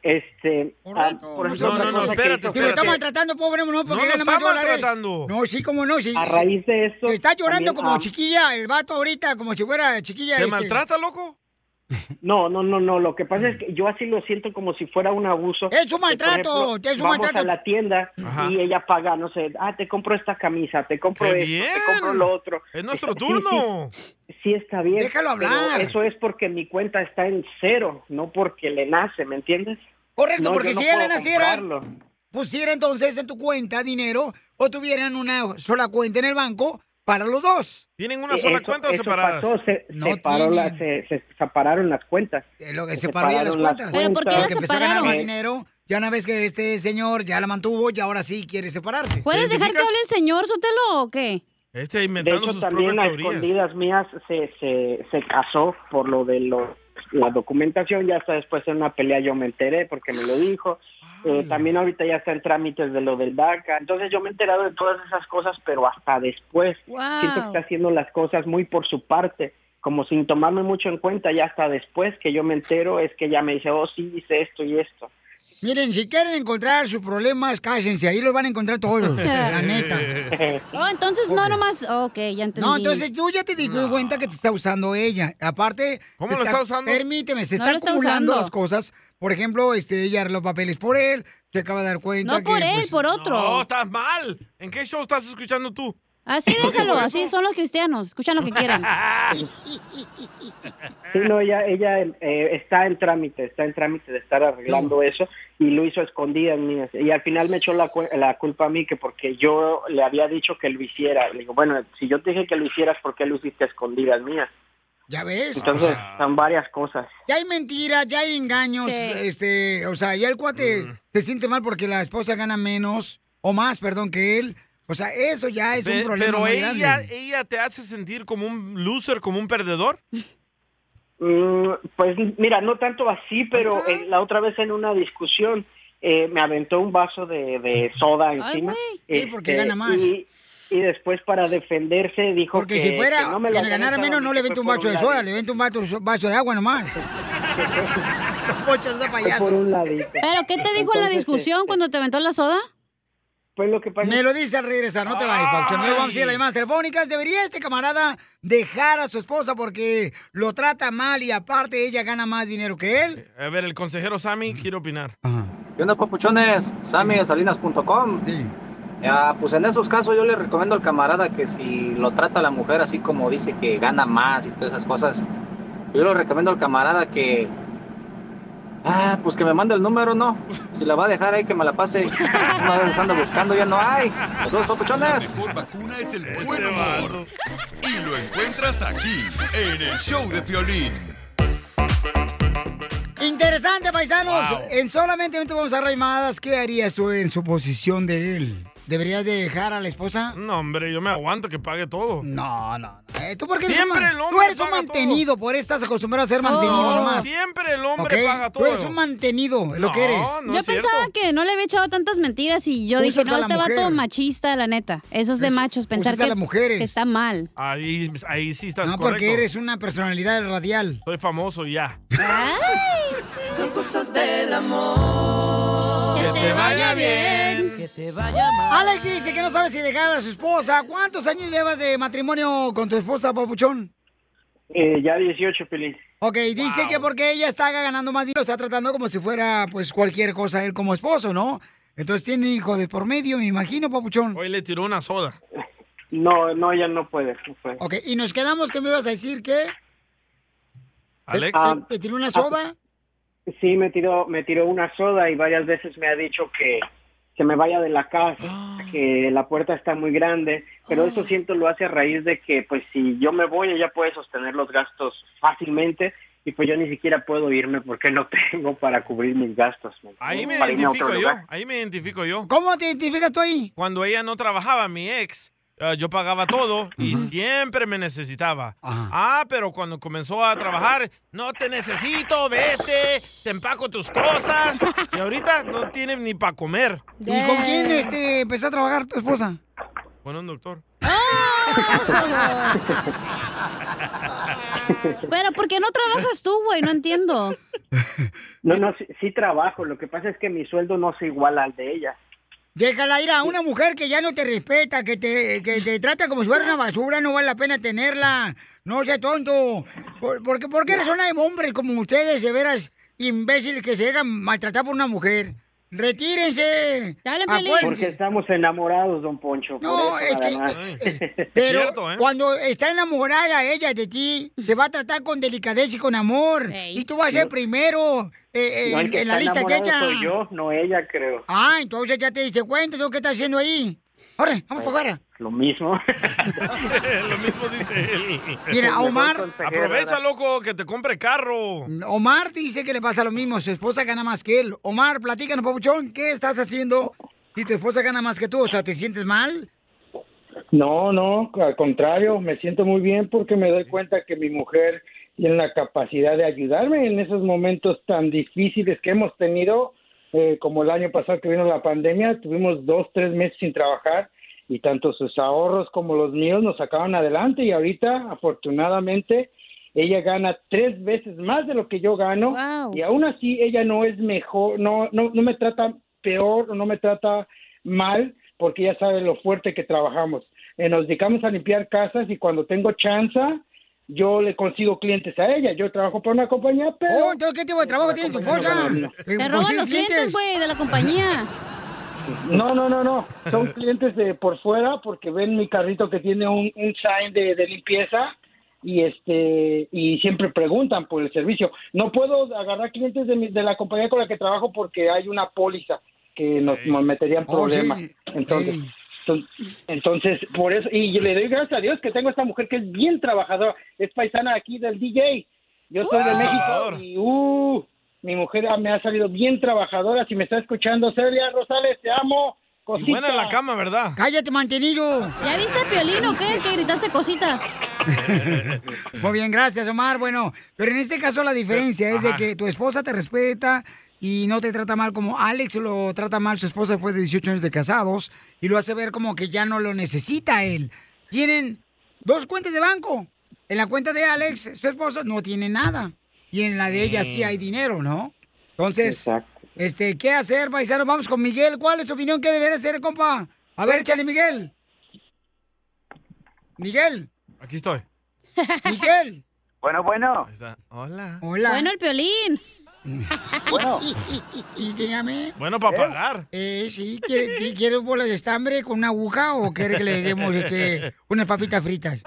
Este, ah, por ejemplo, No, no, otra no, cosa que espérate, dices, Si lo está que- maltratando, pobre, no, porque No lo gana está más dólares. maltratando. No, sí, cómo no. Sí, A raíz de eso, Está llorando también, como ah, chiquilla el vato ahorita, como si fuera chiquilla. ¿Te este. maltrata, loco? No, no, no, no. Lo que pasa es que yo así lo siento como si fuera un abuso. Es un Que, por maltrato, ejemplo, es un vamos maltrato. a la tienda y ella paga, no sé, ah, te compro esta camisa, te compro ¡Qué esto, bien! te compro lo otro. Es nuestro Está- sí, turno. Sí, sí está bien. Déjalo pero hablar. eso es porque mi cuenta está en cero, no porque le nace, ¿me entiendes? Correcto, No, porque yo no si ella le puedo naciera, comprarlo. pusiera Pues entonces en tu cuenta dinero o tuvieran una sola cuenta en el banco para los dos. ¿Tienen una sola Eh, Eso- cuenta o eso separadas? pasó, se, No separó tienen. la- se, se separaron las cuentas. Lo que separó ya las cuentas. Porque empezó a ganar más dinero. Ya una vez que este señor ya la mantuvo, y ahora sí quiere separarse. ¿Puedes dejar que hable el señor, Sotelo, o qué? Este De inventando hecho, sus también propias a teorías. escondidas mías se, se, se casó por lo de lo- la documentación. Ya hasta después en una pelea yo me enteré porque me lo dijo. Ah, Eh, también ahorita ya está en trámites de lo del DACA. Entonces yo me he enterado de todas esas cosas, pero hasta después. Wow. Siento que está haciendo las cosas muy por su parte, como sin tomarme mucho en cuenta. Ya hasta después que yo me entero es que ya me dice, oh, sí, hice esto y esto. Miren, si quieren encontrar sus problemas, cállense. Ahí los van a encontrar todos, la neta. No, entonces no nomás. Ok, ya entendí. No, entonces tú ya te di cuenta que te está usando ella. Aparte, ¿Cómo te lo está usando? Permíteme, se No está lo está acumulando usando. las cosas. Por ejemplo, este, ella los papeles por él, se acaba de dar cuenta. que, pues, No, estás mal. ¿En qué show estás escuchando tú? Así déjalo, así son los cristianos. Escuchan lo que quieran. Sí, no, ella, ella eh, está en trámite, está en trámite de estar arreglando eso y lo hizo a escondidas mías. Y al final me echó la, cu- la culpa a mí que porque yo le había dicho que lo hiciera. Le digo, bueno, si yo te dije que lo hicieras, ¿por qué lo hiciste a escondidas mías? Ya ves. Entonces, o sea. son varias cosas. Ya hay mentiras, ya hay engaños, este, o sea, ya el cuate se siente mal porque la esposa gana menos o más, perdón, que él. O sea, eso ya es un Pe- problema pero muy ella, grande. ella te hace sentir como un loser, como un perdedor. Mm, pues mira, no tanto así, pero eh, la otra vez en una discusión eh, me aventó un vaso de, de soda encima. este, güey. Sí, porque gana más. Y, y después para defenderse dijo Porque que si fuera, que que, no me lo le habían ganara echado, menos, no que le fue vente un por vaso de lado. soda, le vente un vato- vaso de agua nomás. Poncho, no sea Fue payaso. por un ladito. ¿Pero qué te dijo en la Entonces, este, discusión cuando te aventó la soda? Pues lo que pasa Me lo dice al regresar, no te vayas, Pauchón. Luego vamos a ir a las llamadas telefónicas. Debería este camarada dejar a su esposa porque lo trata mal y aparte ella gana más dinero que él. A ver, el consejero Sammy quiere opinar. ¿Qué onda, papuchones? Sammy de salinas.com. Ya, pues en esos casos yo le recomiendo al camarada que si lo trata la mujer así como dice que gana más y todas esas cosas, yo le recomiendo al camarada que. Ah, pues que me mande el número, ¿no? Si la va a dejar ahí, que me la pase. Una vez anda buscando, ya no hay. Los dos papuchones. vacuna es el buen humor. Y lo encuentras aquí, en el show de Piolín. Interesante, paisanos. En solamente un minuto vamos a Raimadas. ¿Qué harías tú en su posición de él? ¿Deberías de dejar a la esposa? No, hombre, yo me aguanto que pague todo. No, no. Eh, ¿Tú por qué eres Siempre un, man- el hombre tú eres un paga mantenido? Por eso estás acostumbrado a ser mantenido No, nomás. Siempre el hombre ¿Ok? paga todo. Tú eres un mantenido, es lo que eres. yo pensaba que no le había echado tantas mentiras y yo dije, Usas a no, la este mujer. vato machista, la neta. Eso es de Eso, machos, pensar usas a que, las mujeres. que está mal. Ahí, ahí sí estás No, correcto. porque eres una personalidad radial. Soy famoso y ya. Son cosas del amor. Que te vaya bien. Que te vaya mal. Alex dice que no sabe si dejar a su esposa. ¿Cuántos años llevas de matrimonio con tu esposa, Papuchón? Eh, ya 18, Pelín. Ok, dice que porque ella está ganando más dinero, está tratando como si fuera pues cualquier cosa él como esposo, ¿no? Entonces tiene hijos de por medio, me imagino, Papuchón. Hoy le tiró una soda. No, no, ella no puede. No puede. Ok, y nos quedamos que me ibas a decir que Alex. Ah, te tiró una soda. Sí, me tiró, me tiró una soda y varias veces me ha dicho que se me vaya de la casa, Ah. que la puerta está muy grande, pero eso siento lo hace a raíz de que pues si yo me voy ella puede sostener los gastos fácilmente y pues yo ni siquiera puedo irme porque no tengo para cubrir mis gastos. ¿me Ahí me entiendes? Para irme a otro identifico yo. lugar. Ahí me identifico yo. ¿Cómo te identificas tú ahí? Cuando ella no trabajaba, mi ex, eh, yo pagaba todo y siempre me necesitaba. Ah, pero cuando comenzó a trabajar, no te necesito, vete, te empaco tus cosas. Y ahorita no tiene ni para comer. ¿Y con quién este, empezó a trabajar tu esposa? Con un doctor. Pero ¿por qué no trabajas tú, güey? No entiendo. No, no, sí, sí trabajo, lo que pasa es que mi sueldo no se iguala al de ella. Déjala ir a una mujer que ya no te respeta, que te, que te trata como si fuera una basura, no vale la pena tenerla. No sea tonto. ¿Por, por qué, por qué eres una de hombres como ustedes, de veras imbéciles que se llegan maltratar por una mujer? ¡Retírense! ¡Dale, Ah, Porque estamos enamorados, don Poncho. por No, eso, es nada que- más. Pero ¿eh? ¿eh? cuando está enamorada ella de ti, te va a tratar con delicadeza y con amor. Y tú vas a ser No. primero eh, eh, No, el en, que en la está lista de ella. enamorado soy yo, no ella, creo. Ah, entonces ya te diste cuenta, ¿tú qué estás haciendo ahí? Ahora, vamos para afuera. Lo mismo. Lo mismo dice él. Mira, a Omar- Aprovecha, loco, que te compre carro. Omar dice que le pasa lo mismo, su esposa gana más que él. Omar, platícanos, papuchón, ¿qué estás haciendo si tu esposa gana más que tú? O sea, ¿te sientes mal? No, no, al contrario, me siento muy bien porque me doy cuenta que mi mujer tiene la capacidad de ayudarme en esos momentos tan difíciles que hemos tenido, eh, como el año pasado que vino la pandemia, tuvimos dos, tres meses sin trabajar y tanto sus ahorros como los míos nos sacaban adelante y ahorita, afortunadamente, ella gana tres veces más de lo que yo gano y aún así ella no es mejor, no, no, no me trata peor, no me trata mal porque ella sabe lo fuerte que trabajamos. Eh, nos dedicamos a limpiar casas y cuando tengo chance, yo le consigo clientes a ella. Yo trabajo para una compañía, pero... Oh, entonces, ¿qué tipo de trabajo tiene tu esposa? Eh, Te roban los clientes, güey, de la compañía. No, no, no, no. Son clientes de por fuera porque ven mi carrito que tiene un, un sign de, de limpieza y este y siempre preguntan por el servicio. No puedo agarrar clientes de, mi- de la compañía con la que trabajo porque hay una póliza que nos, nos metería en Oh, sí. problemas. Entonces, enton- entonces por eso y le doy gracias a Dios que tengo esta mujer que es bien trabajadora, es paisana aquí del DJ. Yo soy de Ah, México Salvador. y uh, mi mujer ah, me ha salido bien trabajadora. Si me está escuchando, Celia Rosales, te amo. Cosita. Buena en la cama, ¿verdad? Cállate, mantenido. ¿Ya viste a Piolín o qué? Que gritaste cosita. Muy bien, gracias, Omar. Bueno, pero en este caso la diferencia es de Ajá. que tu esposa te respeta y no te trata mal como Alex lo trata mal su esposa después de 18 años de casados y lo hace ver como que ya no lo necesita él. Tienen dos cuentas de banco. En la cuenta de Alex, su esposa no tiene nada. Y en la de ella sí hay dinero, ¿no? Entonces, este, ¿qué hacer, paisano? Vamos con Miguel. ¿Cuál es tu opinión? ¿Qué debería hacer, compa? A ver, échale, Miguel. Miguel. Aquí estoy. Miguel. Bueno, bueno. Ahí está. Hola. Hola. Bueno, el Piolín. Bueno. Y dígame. Bueno, para pagar. Eh, sí, ¿quiere- qui- ¿quieres bolas de estambre con una aguja o quieres que le demos este, unas papitas fritas?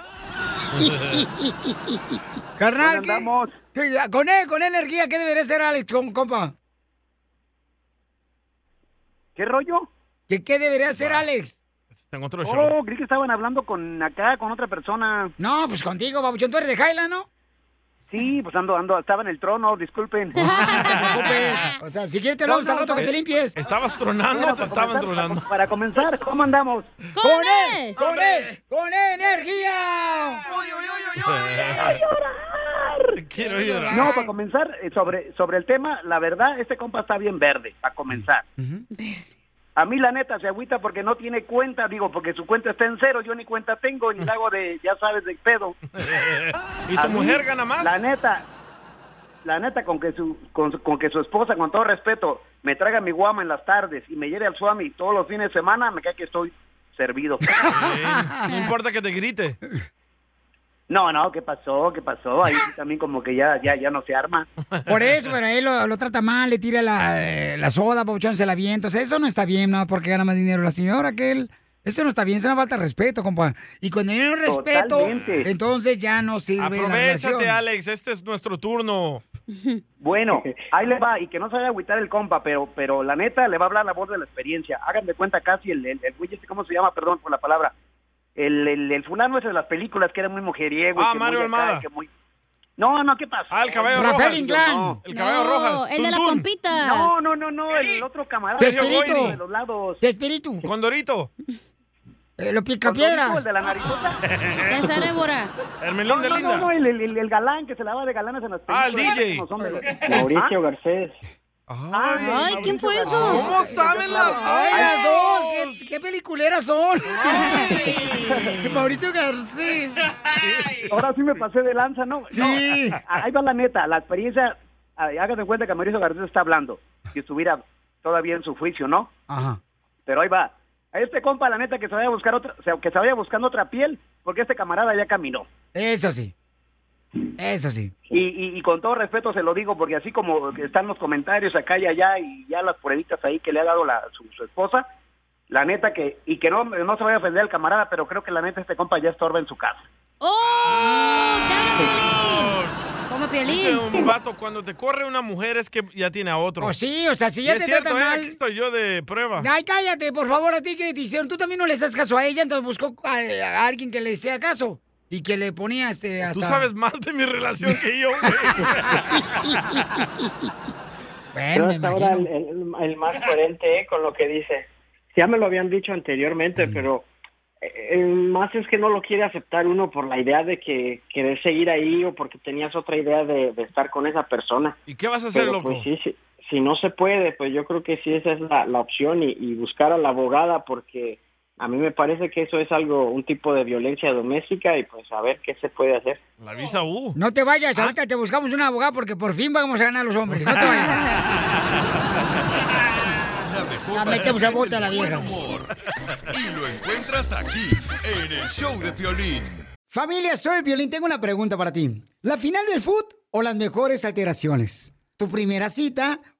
Carnal, ¿qué- qué- con, él, con energía, ¿qué debería hacer Alex, com- compa? ¿Qué rollo? ¿Qué, qué debería hacer Alex? Tengo otro show. Oh, creí que estaban hablando con acá, con otra persona. No, pues contigo, babuchón. Tú eres de Highland, ¿no? Sí, pues ando, ando, estaba en el trono, disculpen. Eh, O sea, si quieres te lo vamos al rato que te limpies. Eh, Estabas tronando, Bueno, te para estaban comenzar, tronando. Para, para comenzar, ¿cómo andamos? ¡Con él! ¡Con él! ¡Con energía! Quiero llorar. No, para comenzar, eh, sobre, sobre el tema, la verdad, este compa está bien verde, para comenzar. A mí, la neta, se agüita porque no tiene cuenta, digo, porque su cuenta está en cero, yo ni cuenta tengo, ni la hago de, ya sabes, de pedo. ¿Y tu mujer gana más? La neta, la neta, con que su, con, su- con que su esposa, con todo respeto, me traiga mi guama en las tardes y me lleve al suami todos los fines de semana, me cae que estoy servido. No importa que te grite. No, no, ¿qué pasó? ¿Qué pasó? Ahí sí también como que ya, ya, ya no se arma. Por eso, pero él lo, lo trata mal, le tira la, eh, la soda, Pabuchón, se la avienta. O sea, eso no está bien, ¿no? Porque gana más dinero la señora que él. Eso no está bien, es una falta de respeto, compa. Y cuando hay no respeto, Totalmente. entonces ya no sirve la Aprovechate, relación. Alex. Este es nuestro turno. Bueno, ahí le va, y que no se vaya a agüitar el compa, pero, pero la neta le va a hablar la voz de la experiencia. Háganme cuenta casi el, el, el güey este, ¿cómo se llama? Perdón por la palabra. El, el, el fulano ese de las películas que era muy mujeriego. y Ah, que Mario muy acá, Almada. y que muy- No, no, ¿qué pasó? Ah, el Caballo Rafael Rojas. Inclán. El Caballo No, Rojas. el de la Tuntún. pompita. No, no, no, no, el otro camarada. Sergio Goyri. de los lados. Espíritu. Eh, Condorito. lo Condorito, El de la narizota. César Évora. El melón de No, Linda. no, no, el, el- el- el galán que se lava de galanes en las Ah, el películas. DJ. Como son de los- Mauricio Garcés. Ah, Mauricio Garcés. ¡Ay, las dos! ¿Qué, qué peliculeras son! Mauricio Garcés. Ah, Ahora sí me pasé de lanza, ¿no? Sí. No, ahí va la neta, la experiencia, hágase cuenta que Mauricio Garcés está hablando, si estuviera todavía en su juicio, ¿no? Ajá. Pero ahí va. A este compa, la neta, que se vaya a buscar otra, o sea, que se vaya buscando otra piel, porque este camarada ya caminó. Eso sí. Eso sí. Y, y- y con todo respeto se lo digo, porque así como están los comentarios acá y allá y ya las pruebitas ahí que le ha dado la, su, su esposa, la neta que, y que no, no se vaya a ofender al camarada, pero creo que la neta este compa ya estorba en su casa. Como Dice un vato, cuando te corre una mujer es que ya tiene a otro. Oh, sí, o sea, si ya Y es te cierto, tratan eh, mal- aquí estoy yo de prueba. Ay, cállate, por favor, a ti que te hicieron. Tú también no le haces caso a ella, entonces buscó a, a alguien que le hiciera caso. Y que le ponía este. Hasta... Tú sabes más de mi relación que yo, güey. Pero Bueno, me hasta ahora el, imagino. el- el más coherente eh, con lo que dice. Ya me lo habían dicho anteriormente, pero eh, eh, más es que no lo quiere aceptar uno por la idea de que querés seguir ahí o porque tenías otra idea de, de estar con esa persona. ¿Y qué vas a hacer, Pero, loco? pues, sí, sí, si no se puede, pues yo creo que sí esa es la, la opción y, y buscar a la abogada porque a mí me parece que eso es algo, un tipo de violencia doméstica y pues a ver qué se puede hacer. La visa U. No te Ah. vayas, ahorita te buscamos una abogada porque por fin vamos a ganar los hombres. No te vayas. La metemos a bota a la vieja. Y lo encuentras aquí, en el show de Piolín. Familia, soy Violín. Tengo una pregunta para ti. ¿La final del foot o las mejores alteraciones? ¿Tu primera cita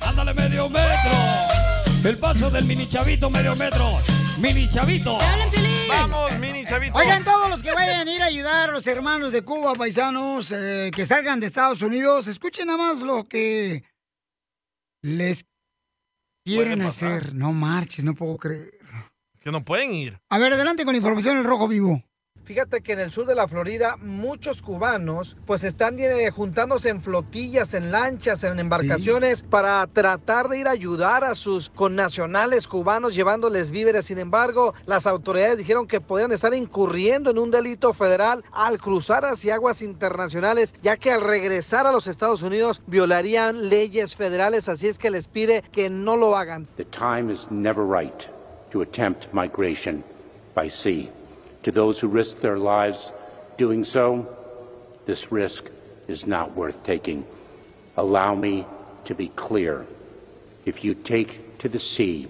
Ándale medio metro. El paso del mini chavito medio metro. Mini chavito. Vamos, mini chavito. Oigan, todos los que vayan a ir a ayudar a los hermanos de Cuba, paisanos, eh, que salgan de Estados Unidos, escuchen nada más lo que les quieren hacer. No marches, no puedo creer. Que no pueden ir. A ver, adelante con la información el rojo vivo. Fíjate que en el sur de la Florida muchos cubanos pues están eh, juntándose en flotillas, en lanchas, en embarcaciones para tratar de ir a ayudar a sus connacionales cubanos llevándoles víveres. Sin embargo, las autoridades dijeron que podían estar incurriendo en un delito federal al cruzar hacia aguas internacionales, ya que al regresar a los Estados Unidos violarían leyes federales, así es que les pide que no lo hagan. The time is never right to attempt migration by sea. To those who risk their lives doing so, this risk is not worth taking. Allow me to be clear. If you take to the sea,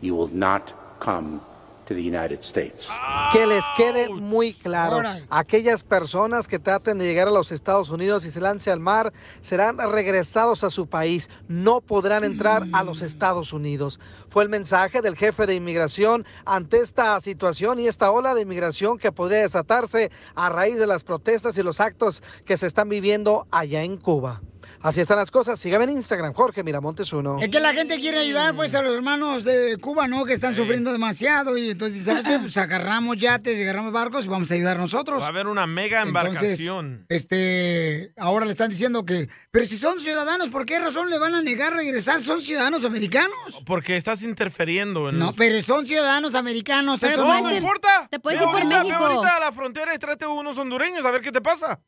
you will not come to the United States. Que les quede muy claro, Órale. aquellas personas que traten de llegar a los Estados Unidos y se lance al mar serán regresados a su país, no podrán entrar a los Estados Unidos. Fue el mensaje del jefe de inmigración ante esta situación y esta ola de inmigración que podría desatarse a raíz de las protestas y los actos que se están viviendo allá en Cuba. Así están las cosas. Síganme en Instagram, Jorge Miramontes uno. Es que la gente quiere ayudar pues a los hermanos de Cuba, ¿no? Que están sufriendo demasiado y entonces, ¿sabes qué? Pues agarramos yates, agarramos barcos y vamos a ayudar nosotros. Va a haber una mega embarcación. Entonces, este, ahora le están diciendo que, pero si son ciudadanos, ¿por qué razón le van a negar regresar? Son ciudadanos americanos. Porque estás interfiriendo en No, pero son ciudadanos americanos. Pero eso no, no importa. Te puedes Ve ir por ahorita, ve México. Eh, ahorita a la frontera y trate unos hondureños a ver qué te pasa.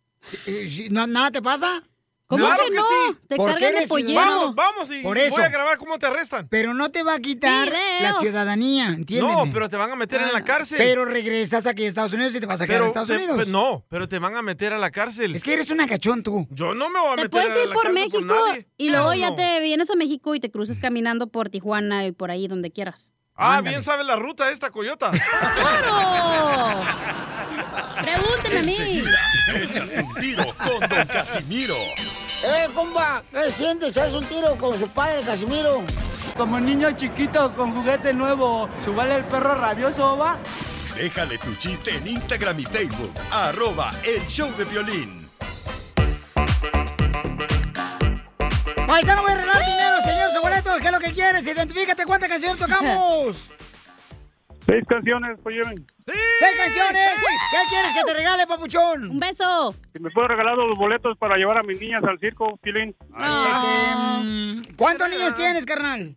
¿Nada te pasa? ¿Cómo Claro que que no? sí. Te ¿Por qué cargan de eres pollero. ciudadano? Vamos y Por voy eso. a grabar cómo te arrestan. Pero no te va a quitar la ciudadanía, ¿entiendes? No, pero te van a meter en Ah. la cárcel. Pero regresas aquí a Estados Unidos y te vas a quedar Pero en Estados te- Unidos. pe- no, pero te van a meter a la cárcel. Es que eres una cachón tú. Yo no me voy a Te meter puedes a ir la por cárcel con México nadie. y luego Hell ya no. te vienes a México y te cruzas caminando por Tijuana y por ahí donde quieras. Ah, bien sabe la ruta esta coyota. ¡Claro! Pregúnteme a mí. Échate un tiro con Don Casimiro. ¡Eh, compa! ¿Qué sientes? ¿Haz un tiro con su padre, Casimiro? Como niño chiquito con juguete nuevo, ¿subale el perro rabioso, va? Déjale tu chiste en Instagram y Facebook. Arroba El Show de Violín. Paisano, voy a regalar dinero, señores boletos. ¿Qué es lo que quieres? Identifícate cuánta canción tocamos. Seis canciones, pues lleven. ¡Seis canciones! ¿Qué quieres que te regale, papuchón? Un beso. Si me puedo regalar los boletos para llevar a mis niñas al circo, Pilín. ¿Cuántos niños tienes, carnal?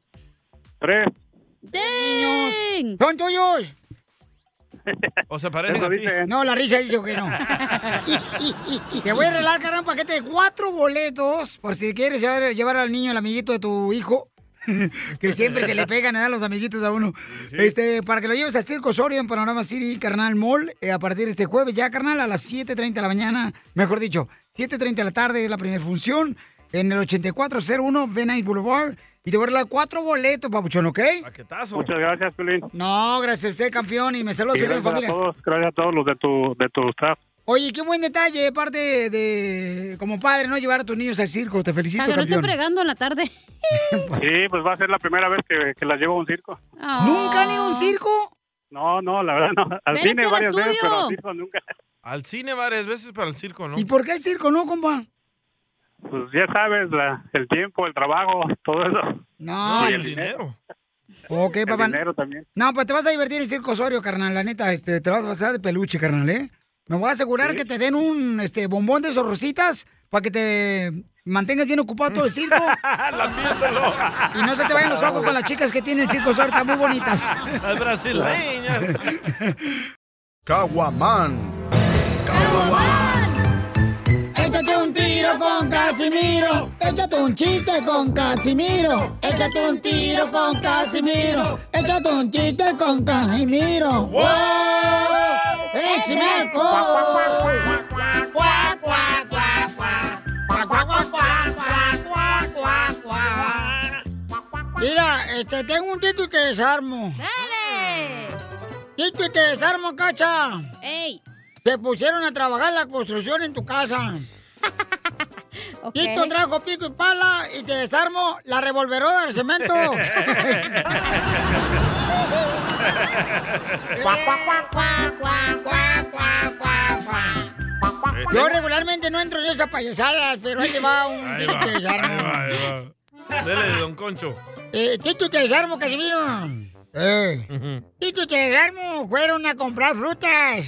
Tres. Niños. ¿Son tuyos? O se parece a ti. No, la risa dice que no. Te voy a regalar, carnal, un paquete de cuatro boletos por si quieres llevar, llevar al niño, el amiguito de tu hijo. que siempre se le pegan a los amiguitos a uno. Este, para que lo lleves al Circo Osorio en Panorama City, carnal Mall, eh, a partir de este jueves ya, carnal, a las 7.30 de la mañana, mejor dicho, 7.30 de la tarde es la primera función, en el 8401 Van Nuys Boulevard, y te voy a regalar cuatro boletos, papuchón, ¿ok? Muchas gracias, Pilín. No, gracias a usted, campeón, y me saluda Y su linda gracias a familia. todos, gracias a todos los de tu, de tu staff. Oye, qué buen detalle de parte de, como padre, ¿no? Llevar a tus niños al circo. Te felicito, Para que no esté campeón. fregando en la tarde. Sí, pues va a ser la primera vez que, que las llevo a un circo. ¿Nunca han ido a un circo? No, no, la verdad no. Al Ven aquí cine al varias veces, pero al estudio. circo nunca. Al cine varias veces, pero al circo no. ¿Y por qué el circo no, compa? Pues ya sabes, la- el tiempo, el trabajo, Oh, todo eso. No, Y el el- dinero. Ok, papá. El dinero también. No, pues te vas a divertir en el circo Osorio, carnal. La neta, este, te vas a pasar de peluche, carnal, ¿eh? Me voy a asegurar que te den un este, bombón de zorrositas para que te mantengas bien ocupado todo el circo. y no se te vayan los ojos con las chicas que tienen el circo Osorio, están muy bonitas. Al brasileño. Caguaman. Échate un tiro con Casimiro. Échate un chiste con Casimiro. Échate un tiro con Casimiro. Échate un chiste con Casimiro. ¡Wow! ¡Échame alcohol! Mira, este, tengo un tito y te desarmo. ¡Dale! Tito y te desarmo, cacha. ¡Ey! Te pusieron a trabajar la construcción en tu casa. Tito trajo pico y pala y te desarmo la revolveroda del cemento. Yo regularmente no entro en esas payasadas, pero ahí te va un Ahí tito y va, te desarmo. ahí va, ahí va. Dele, don Concho. Eh, tito y te desarmo, Casimiro. Eh. Tito y te desarmo fueron a comprar frutas.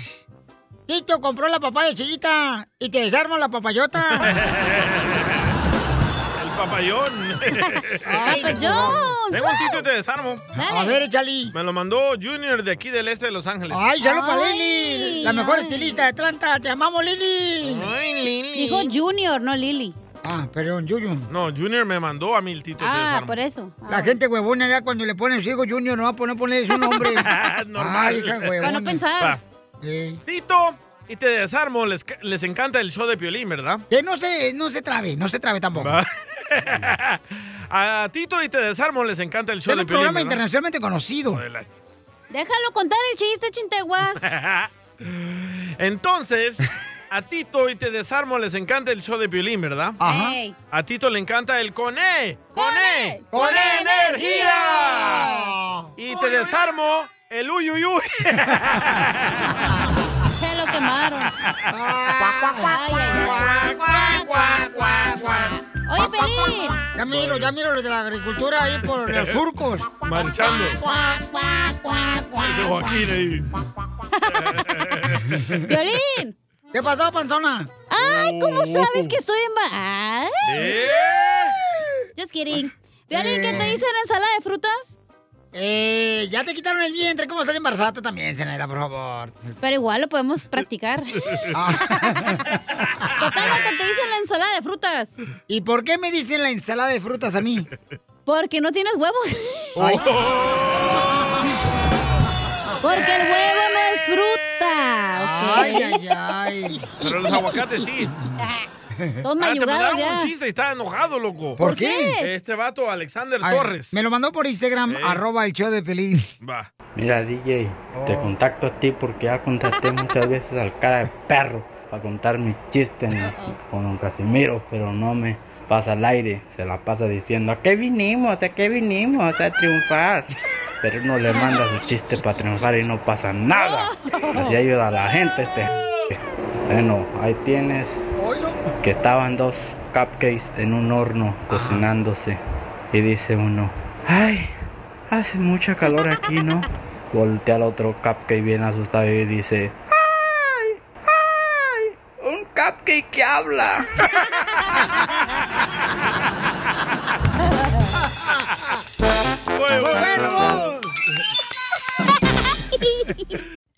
Tito compró la papaya chiquita y te desarmo la papayota. El papayón. Ay, Papayón, Tengo un wow. tito y te desarmo. pues Dale. A ver, Chali. Me lo mandó Junior de aquí del este de Los Ángeles. Ay, saludos para Lili, la mejor estilista de Atlanta. Te amamos, Lili. Ay, Lili. Dijo Junior, no Lily. Ah, perdón, Junior. No, Junior me mandó a mí el tito y te Ah, desarmo. por eso. La gente huevona ya cuando le ponen su hijo Junior no va a poner ponerle su nombre. Ay, hija huevona. Ah, Va. Tito y te desarmo. Les, ca- les encanta el show de Piolín, ¿verdad? Que no se, no se trabe, no se trabe tampoco. A Tito y te desarmo les encanta el show Es de un Piolín, programa ¿verdad? internacionalmente conocido. Déjalo contar el chiste, chinteguas. Entonces, a Tito y te desarmo les encanta el show de Piolín, ¿verdad? Ajá. Ey. A Tito le encanta el E, Coné. Coné. ¡Con E energía! E Y te desarmo el uyuyuy. Se lo quemaron. Oye, Pelín. Ya miro, ya miro los de la agricultura ahí por los surcos. Marchando. Ese Joaquín ahí. ¡Violín! ¿Qué pasó, panzona? Ay, ¿cómo sabes que estoy en... ba- Ay. Just kidding. Violín, ¿qué te hice en ensalada de frutas? Eh, ya te quitaron el vientre. ¿Cómo sale embarazada tú también, Zenaida, por favor? Pero Ah. igual lo podemos practicar. Total, lo que te hice en la ensalada de frutas. frutas. ¿Y por qué me dicen la ensalada de frutas a mí? Porque no tienes huevos. Ay. Porque el huevo no es fruta. ¿ok? Ay, ay, Pero los aguacates sí. Todos Ah, te mayugados mandaron ya. un chiste y estaba enojado, loco. ¿Por qué? Este vato, Alexander A ver, Torres. Me lo mandó por Instagram, arroba el show de Pelín. Va. Mira, DJ, te Oh. contacto a ti porque ya contacté muchas veces al cara de perro para contar mis chistes en- con don Casimiro, pero no me pasa al aire. Se la pasa diciendo, ¿a qué vinimos? ¿A qué vinimos? A triunfar. Pero uno le manda su chiste para triunfar y no pasa nada. Así ayuda a la gente este. Bueno, ahí tienes que estaban dos cupcakes en un horno cocinándose. Y dice uno, Ay, hace mucha calor aquí, ¿no? Voltea al otro cupcake bien asustado y dice, Un cupcake que habla.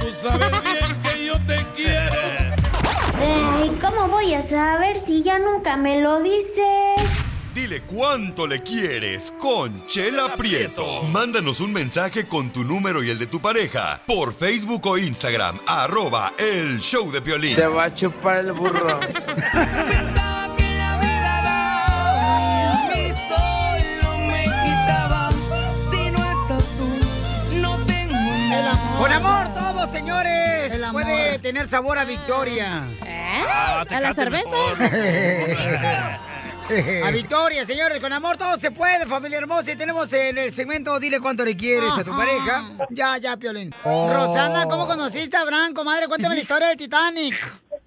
Tú sabes bien que yo te quiero. Ay, ¿cómo voy a saber si ya nunca me lo dices? Dile cuánto le quieres con Chela Prieto. Mándanos un mensaje con tu número y el de tu pareja por Facebook o Instagram, arroba el show de Piolín. Te va a chupar el burro. A mí solo me quitaba. Si no estás tú, no tengo nada. Con amor todos, señores. Puede tener sabor a victoria. ¿Eh? ¿A la Tecate cerveza? A victoria, señores. Con amor todo se puede, familia hermosa. Y tenemos en el segmento Dile cuánto le quieres a tu Ah, Ajá. pareja. Ya, ya, Piolín. Oh. Rosana, ¿cómo conociste a Abraham, comadre? Cuéntame la historia del Titanic.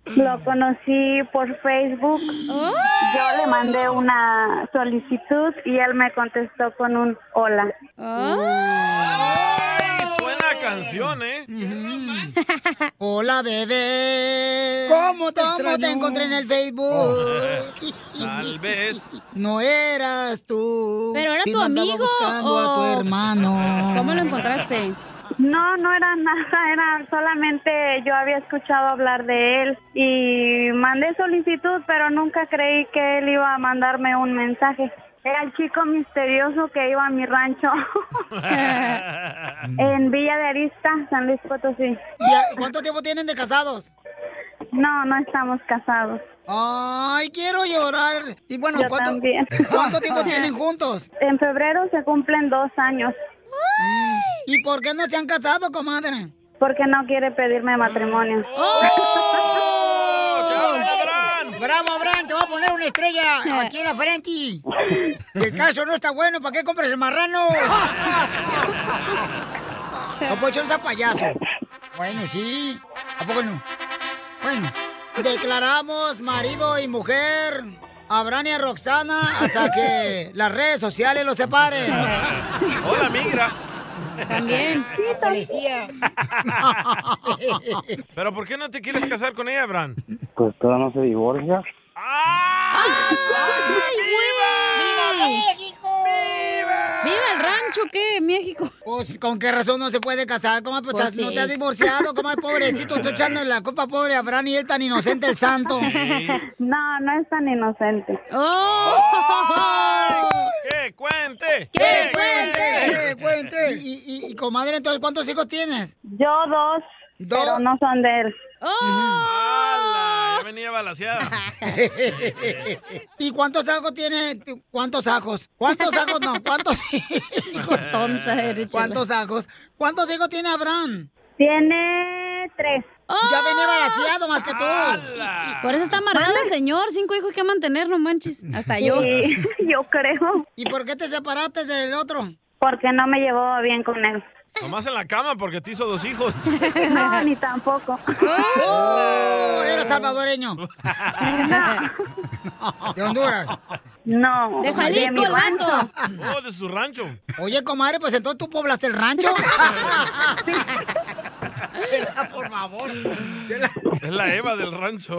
Lo conocí por Facebook. Yo le mandé una solicitud y él me contestó con un hola. Ah. Ay, suena a canción, ¿eh? Hola, bebé. ¿Cómo te, Oh. extraño? encontré en el Facebook? Tal vez. No eras tú. ¿Pero era Sí, tu no andaba amigo buscando a o- tu hermano. ¿Cómo lo encontraste? No, no era nada, era solamente yo había escuchado hablar de él y mandé solicitud, pero nunca creí que él iba a mandarme un mensaje. Era el chico misterioso que iba a mi rancho en Villa de Arista, San Luis Potosí. ¿Cuánto tiempo tienen de casados? No, no estamos casados. Ay, quiero llorar. Y bueno, Yo ¿cuánto, también. cuánto tiempo tienen juntos? En febrero se cumplen dos años. ¿Y por qué no se han casado, comadre? Oh. Porque no quiere pedirme matrimonio. Oh. ¡Bravo, Abraham! Te voy a poner una estrella aquí en la frente. Si el caso no está bueno, ¿para qué compras el marrano? No puedes ser un payaso. Bueno, sí. ¿A poco no? Bueno, declaramos marido y mujer a Abraham y a Roxana hasta que las redes sociales los separen. Hola, migra. También. La policía. ¿Pero por qué no te quieres casar con ella, Bran? Pues todo no se divorcia. ¡Viva el rancho, qué! ¿México? Pues, ¿con qué razón no se puede casar? ¿Cómo pues, Pues, estás- no sí. te has divorciado? ¿Cómo es pobrecito? Tú echándole la culpa pobre a Abraham y él tan inocente, el santo. No, no es tan inocente. Oh. ¡Que cuente! ¡Que cuente! ¡Que cuente! Y, y- y, comadre, entonces, ¿cuántos hijos tienes? Yo dos, pero no son de él. ¡Oh! venía balaseada. ¿Y cuántos ajos tiene? ¿Cuántos ajos? ¿Cuántos ajos no? ¿Cuántos hijos? Tonta eres, chela. ¿Cuántos ajos? ¿Cuántos hijos tiene Abraham? Tiene tres. Oh. Ah, Ya venía balanceado más que tú. Por eso está amarrado el señor. Cinco hijos que mantener, no manches. Hasta yo. Sí, yo creo. ¿Y por qué te separaste del otro? Porque no me llevó bien con él. Nomás en la cama porque te hizo dos hijos. No, ni tampoco. ¡Oh! Era salvadoreño. ¿De Honduras? No. De Jalisco, mi el vato. rancho. Oh, de su rancho. Oye, comadre, pues entonces tú poblaste el rancho. Vela, Por favor. Es la Eva del rancho.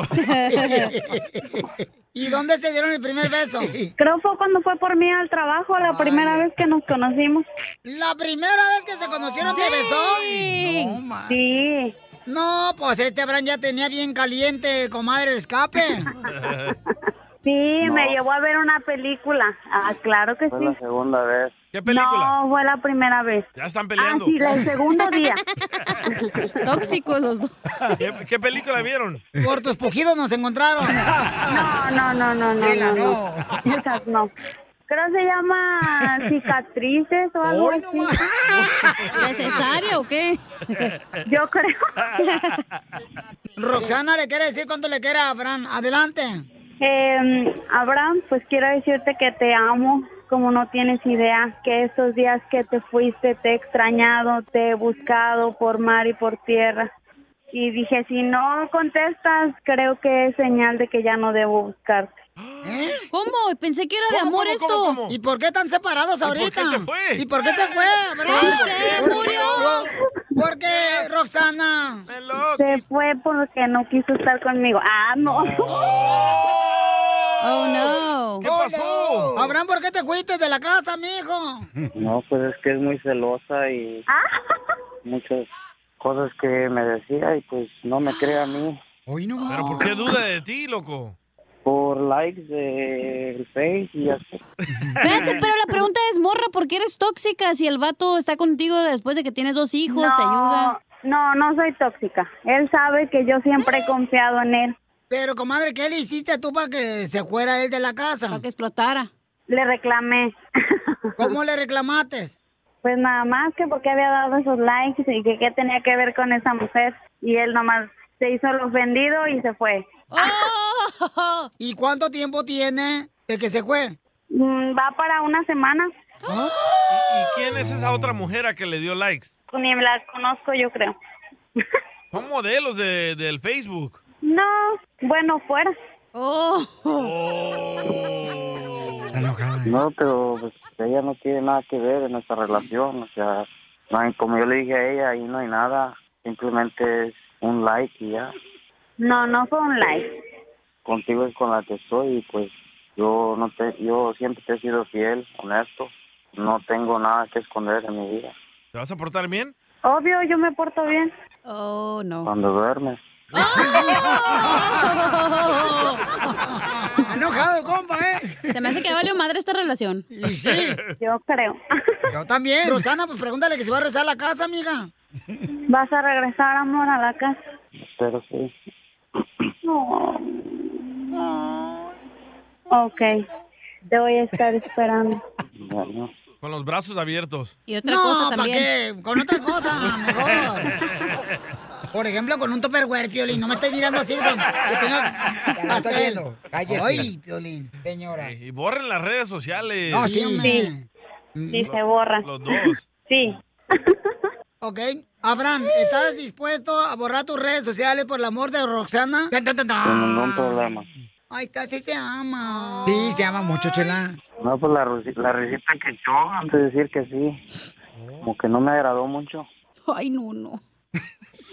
¿Y dónde se dieron el primer beso? Creo fue cuando fue por mí al trabajo la primera vez que nos conocimos. La primera vez que se conocieron te besó. No, ma. Sí. No, pues este Abraham ya tenía bien caliente, comadre, el escape. Sí, No. me llevó a ver una película. Ah, claro que sí. segunda vez. ¿Qué película? No, fue la primera vez. Ya están peleando. Ah, sí, la- el segundo día. Tóxicos los dos. ¿Qué, qué película vieron? Por tus pujidos nos encontraron. No, no, no, no, no. Chela, no, no. Esas no. Creo se llama cicatrices o algo Hoy así. ¿Necesaria o qué? Yo creo. Roxana le quiere decir cuánto le quiere a Abraham. Adelante. Eh, Abraham, pues quiero decirte que te amo como no tienes idea, que estos días que te fuiste te he extrañado, te he buscado por mar y por tierra. Y dije, si no contestas, creo que es señal de que ya no debo buscarte. ¿Cómo? Pensé que era de amor esto. ¿Y por qué están separados ahorita? por qué se fue? ¿Y por qué se fue, Abraham? ¿Por qué? ¿Por qué? ¿Murió? ¿Por qué, Roxana? Se fue porque no quiso estar conmigo. Ah, no. Oh, no. ¿Qué pasó? Oh, Abraham, ¿por qué te fuiste de la casa, mijo? No, pues es que es muy celosa y Ah. muchas cosas que me decía y pues no me cree a mí. Hoy no. ¿Pero por qué duda de ti, loco? Por likes del Face y así. Espérate, pero la pregunta es, morra, ¿por qué eres tóxica si el vato está contigo después de que tienes dos hijos, te ayuda? No, no soy tóxica. Él sabe que yo siempre he confiado en él. Pero, comadre, ¿qué le hiciste tú para que se fuera él de la casa? Para que explotara. Le reclamé. ¿Cómo le reclamaste? Pues nada más que porque había dado esos likes y que qué tenía que ver con esa mujer. Y él nomás se hizo el ofendido y se fue. ¡Oh! ¿Y cuánto tiempo tiene de que se fue? Mm, Va para una semana. ¿Y quién es esa otra mujer a que le dio likes? Ni la conozco, yo creo. Son modelos de, del Facebook. No, bueno, fuera. Oh. ¿eh? No, pero pues, ella no tiene nada que ver en nuestra relación. O sea, no hay- como yo le dije a ella, ahí no hay nada. Simplemente es un like y ya. No, no fue un like. Contigo es con la que estoy y pues yo, no te, yo siempre te he sido fiel, honesto. No tengo nada que esconder en mi vida. ¿Te vas a portar bien? Obvio, yo me porto bien. Oh, no. Cuando duermes. Enojado el compa, ¿eh? Se me hace que valió madre esta relación. sí. Yo creo. Yo también. Rosana, pues pregúntale que se va a rezar a la casa, amiga. ¿Vas a regresar, amor, a la casa? Pero sí. No. Ok, te voy a estar esperando. Con los brazos abiertos. Y otra cosa también. qué? Con otra cosa, mejor. Por ejemplo, con un topperware, Piolín. No me estés mirando así, don, que tenga lo estoy pastel. viendo. Cállese. Ay, Piolín, señora. Y borren las redes sociales. No, sí, hombre. Sí, se borra. Los dos. Sí. Ok. Abraham, ¿estás dispuesto a borrar tus redes sociales por el amor de Roxana? Tan, tan, tan, Sin tan. ningún problema. Ay, casi se ama. Sí, se ama mucho, chela. No, pues la, reci- la receta que yo antes de decir que sí, como que no me agradó mucho. Ay, no, no.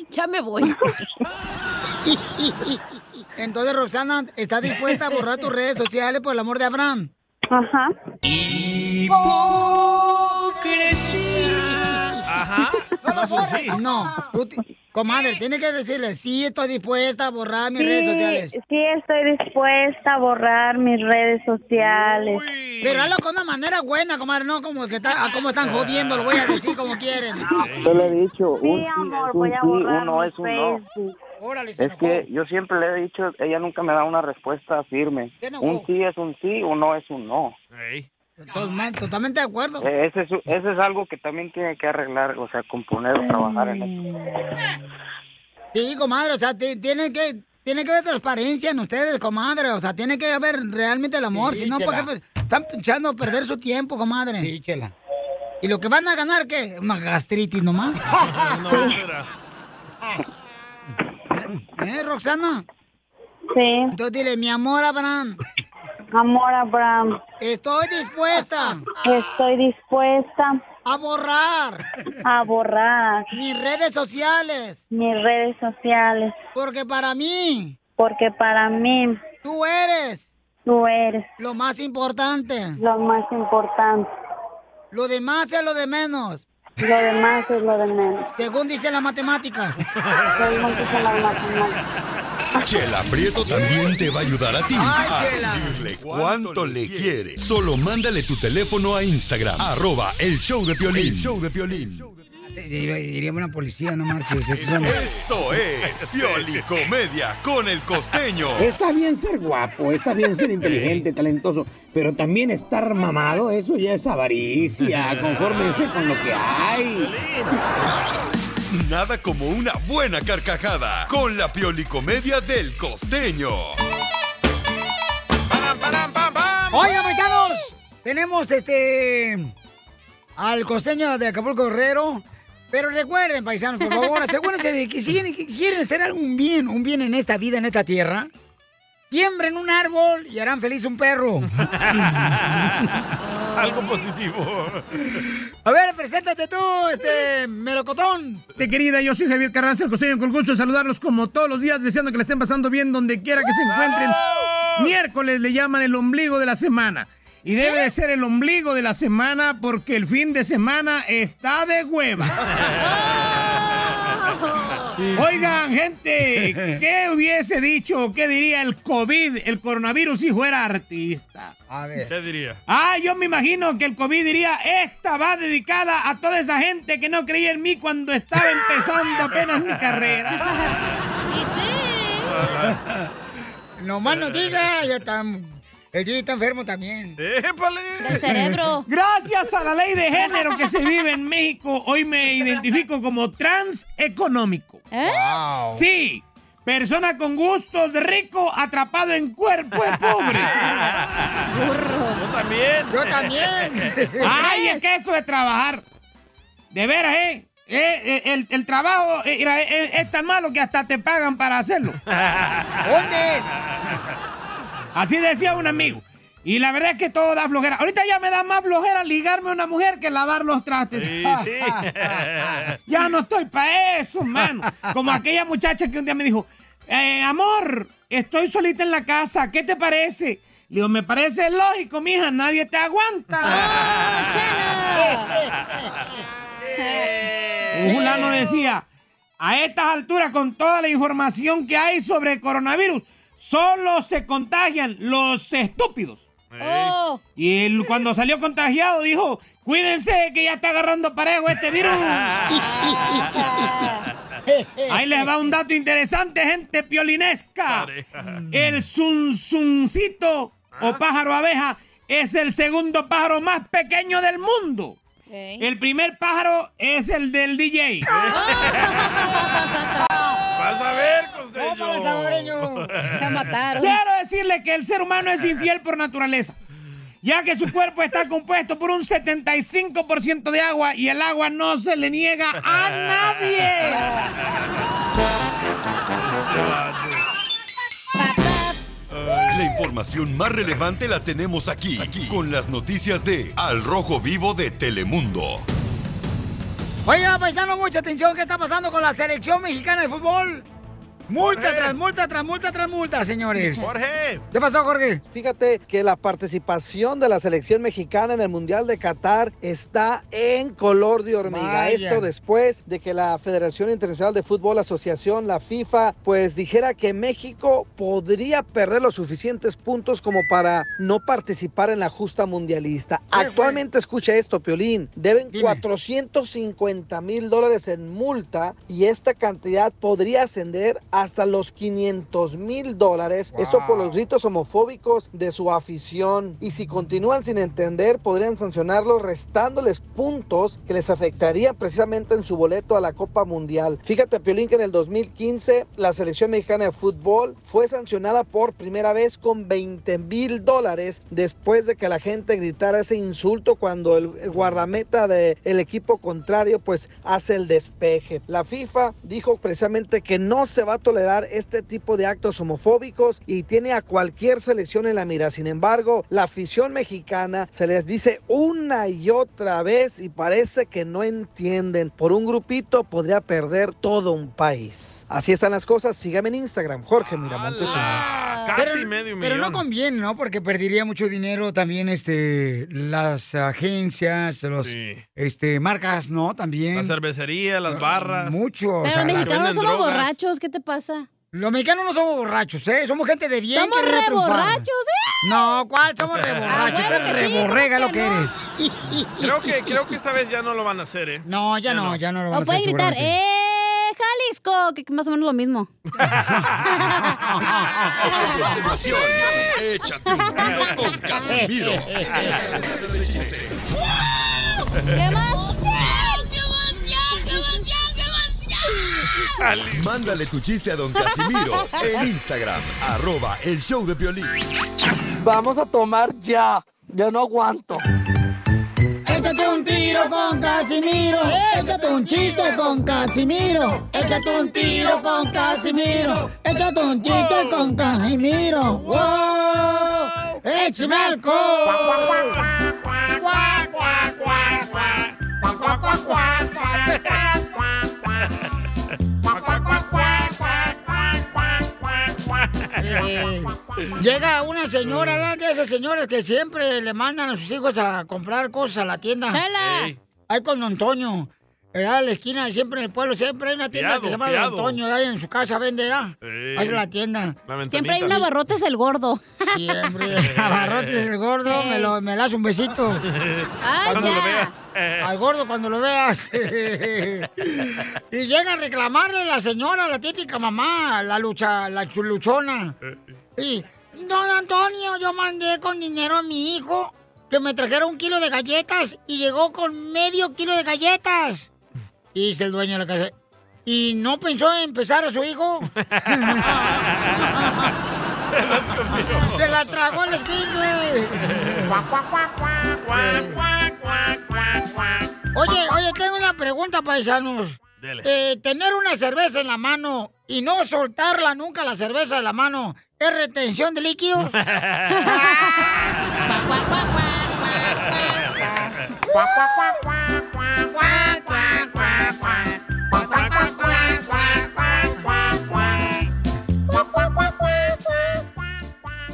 Ya me voy. Entonces, Roxana, ¿estás dispuesta a borrar tus redes sociales por el amor de Abraham? Ajá. Hipocresía. Ajá. No, tú ti- comadre, tiene que decirle, sí, estoy dispuesta a borrar mis redes sociales. sí, estoy dispuesta a borrar mis redes sociales. Pero hazlo con una manera buena, comadre, no como que está, ah, como están jodiendo, lo voy a decir como quieren. Yo le he dicho, un sí es un voy a sí, borrar uno mi es un no. Órale, se Es que yo siempre le he dicho, ella nunca me da una respuesta firme. ¿Qué enojó? Un sí es un sí, un no es un no. Totalmente, totalmente de acuerdo. Eh, Ese es, ese es algo que también tiene que arreglar, o sea, componer o trabajar en eso. Sí, comadre, o sea, ti- tiene que tiene que haber transparencia en ustedes, comadre, o sea, tiene que haber realmente el amor, Sí, si no, ¿para chela. qué? Están echando a perder su tiempo, comadre. Sí, ¿Y lo que van a ganar qué? Una gastritis nomás. ¿Eh, Roxana? Sí. Entonces dile, mi amor, Abraham. Amor, Abraham. Estoy dispuesta. Estoy dispuesta A borrar a borrar mis redes sociales. mis redes sociales Porque para mí, porque para mí tú eres tú eres lo más importante. lo más importante. Lo demás es lo de menos. Lo demás es lo de menos. Según dicen las matemáticas. Según dicen las matemáticas. Chela Prieto también te va a ayudar a ti Ay, a Chela. decirle cuánto le quiere. Solo mándale tu teléfono a Instagram, arroba el show de Piolín. El Diría una policía, no marches. Eso Esto es Piolicomedia con el costeño. Está bien ser guapo, está bien ser inteligente, talentoso, pero también estar mamado, eso ya es avaricia. Confórmense con lo que hay. Nada como una buena carcajada con la Piolicomedia del costeño. Oigan, paisanos, tenemos este al costeño de Acapulco Guerrero. Pero recuerden, paisanos, por favor, asegúrense de que si quieren, que quieren hacer algún bien, un bien en esta vida, en esta tierra, tiembren un árbol y harán feliz un perro. Algo positivo. A ver, preséntate tú, este melocotón. Gente querida, yo soy Javier Carranza, el costeño, con el gusto de saludarlos como todos los días, deseando que la estén pasando bien donde quiera que se encuentren. Miércoles le llaman el ombligo de la semana. Y debe de ser el ombligo de la semana porque el fin de semana está de hueva. Oigan, gente, ¿qué hubiese dicho o qué diría el COVID, el coronavirus, si fuera artista? A ver. ¿Qué diría? Ah, yo me imagino que el COVID diría, esta va dedicada a toda esa gente que no creía en mí cuando estaba empezando apenas mi carrera. No más no diga, ya están. El DJ está enfermo también. Del cerebro. Gracias a la ley de género que se vive en México, hoy me identifico como trans económico. Wow. Sí, persona con gustos de rico atrapado en cuerpo de pobre. Yo también. Yo también. Ay, es que eso de trabajar. De veras, ¿eh? Eh, eh, el, el trabajo eh, mira, eh, eh, es tan malo que hasta te pagan para hacerlo. ¿Dónde? Así decía un amigo. Y la verdad es que todo da flojera. Ahorita ya me da más flojera ligarme a una mujer que lavar los trastes. Ya no estoy para eso, mano. Como aquella muchacha que un día me dijo, eh, amor, estoy solita en la casa, ¿qué te parece? Le digo, me parece lógico, mija, nadie te aguanta. Un fulano decía, a estas alturas, con toda la información que hay sobre el coronavirus, solo se contagian los estúpidos. Y él, cuando salió contagiado dijo, cuídense que ya está agarrando parejo este virus. Ahí les va un dato interesante, gente piolinesca. El zunzuncito o pájaro abeja es el segundo pájaro más pequeño del mundo. El primer pájaro es el del DJ. Vas a ver, pues, costeño. Quiero decirle que el ser humano es infiel por naturaleza. Ya que su cuerpo está compuesto por un 75% de agua y el agua no se le niega a nadie. La información más relevante la tenemos aquí, aquí, con las noticias de Al Rojo Vivo de Telemundo. Oiga, paisano, mucha atención. ¿Qué está pasando con la selección mexicana de fútbol? Multa tras multa, tras multa, tras multa, señores. ¿Qué pasó, Jorge? Fíjate que la participación de la selección mexicana en el Mundial de Qatar está en color de hormiga. Vaya. Esto después de que la Federación Internacional de Fútbol Asociación, la FIFA, pues dijera que México podría perder los suficientes puntos como para no participar en la justa mundialista. Actualmente, escucha esto, Piolín, deben 450 mil dólares en multa y esta cantidad podría ascender hasta los 500 mil dólares. Esto por los gritos homofóbicos de su afición. Y si continúan sin entender, podrían sancionarlos restándoles puntos que les afectaría precisamente en su boleto a la Copa Mundial. Fíjate, Piolín, que en el 2015 la selección mexicana de fútbol fue sancionada por primera vez con 20 mil dólares después de que la gente gritara ese insulto cuando el el guardameta del equipo contrario pues hace el despeje. La FIFA dijo precisamente que no se va a tolerar este tipo de actos homofóbicos y tiene a cualquier selección en la mira. Sin embargo, la afición mexicana se les dice una y otra vez y parece que no entienden. Por un grupito podría perder todo un país. Así están las cosas. Sígame en Instagram, Jorge Miramontes. Pero- Pero no conviene, ¿no? Porque perdería mucho dinero también este las agencias, los este marcas, ¿no? También. La cervecería, las barras. Mucho. o Pero sea, los la- mexicanos somos borrachos, ¿qué te pasa? Los mexicanos no somos borrachos, ¿eh? Somos gente de bien. Somos que viene a re triunfar. borrachos, ¿eh? No, ¿cuál? Somos re borrachos. Ah, bueno Eres que sí, reborrega ¿cómo lo que que no? eres. Creo que, creo que esta vez ya no lo van a hacer, ¿eh? No, ya no, ya no lo van O a puede hacer. gritar, seguramente. ¡eh, Jalisco! Que más o menos lo mismo. Continuación, échate un tiro con Casimiro. Mándale tu chiste a don Casimiro en Instagram, arroba el show de Piolín. Vamos a tomar ya. Yo no aguanto. Échate un tiro con Casimiro. Échate un chiste con Casimiro. Échate un tiro con Casimiro. Échate un chiste con Casimiro. ¡Wow! ¡Échame alcohol! Llega una señora, ¿verdad? de esas señoras que siempre le mandan a sus hijos a comprar cosas a la tienda. ¡Chela! Ey. Ahí con Don Antonio. Allá en la esquina, siempre en el pueblo, siempre hay una tienda Fiado, que se llama fiado. Don Antonio. Ahí en su casa vende, ¿ya? Ey. Ahí en la tienda. Siempre hay un abarrotes el gordo. Siempre. Abarrotes el gordo, me, lo, me le das un besito. Cuando lo Ah, ya. veas. Eh. Al gordo cuando lo veas. y llega a reclamarle la señora, la típica mamá, la lucha, la chuluchona. Y, don Antonio, yo mandé con dinero a mi hijo que me trajera un kilo de galletas y llegó con medio kilo de galletas. Y dice el dueño de la casa. ¿Y no pensó en empezar a su hijo? ¡Se la tragó el estingue! Oye, oye, tengo una pregunta, paisanos. Dele. Eh, tener una cerveza en la mano y no soltarla nunca la cerveza de la mano, ¿es retención de líquidos?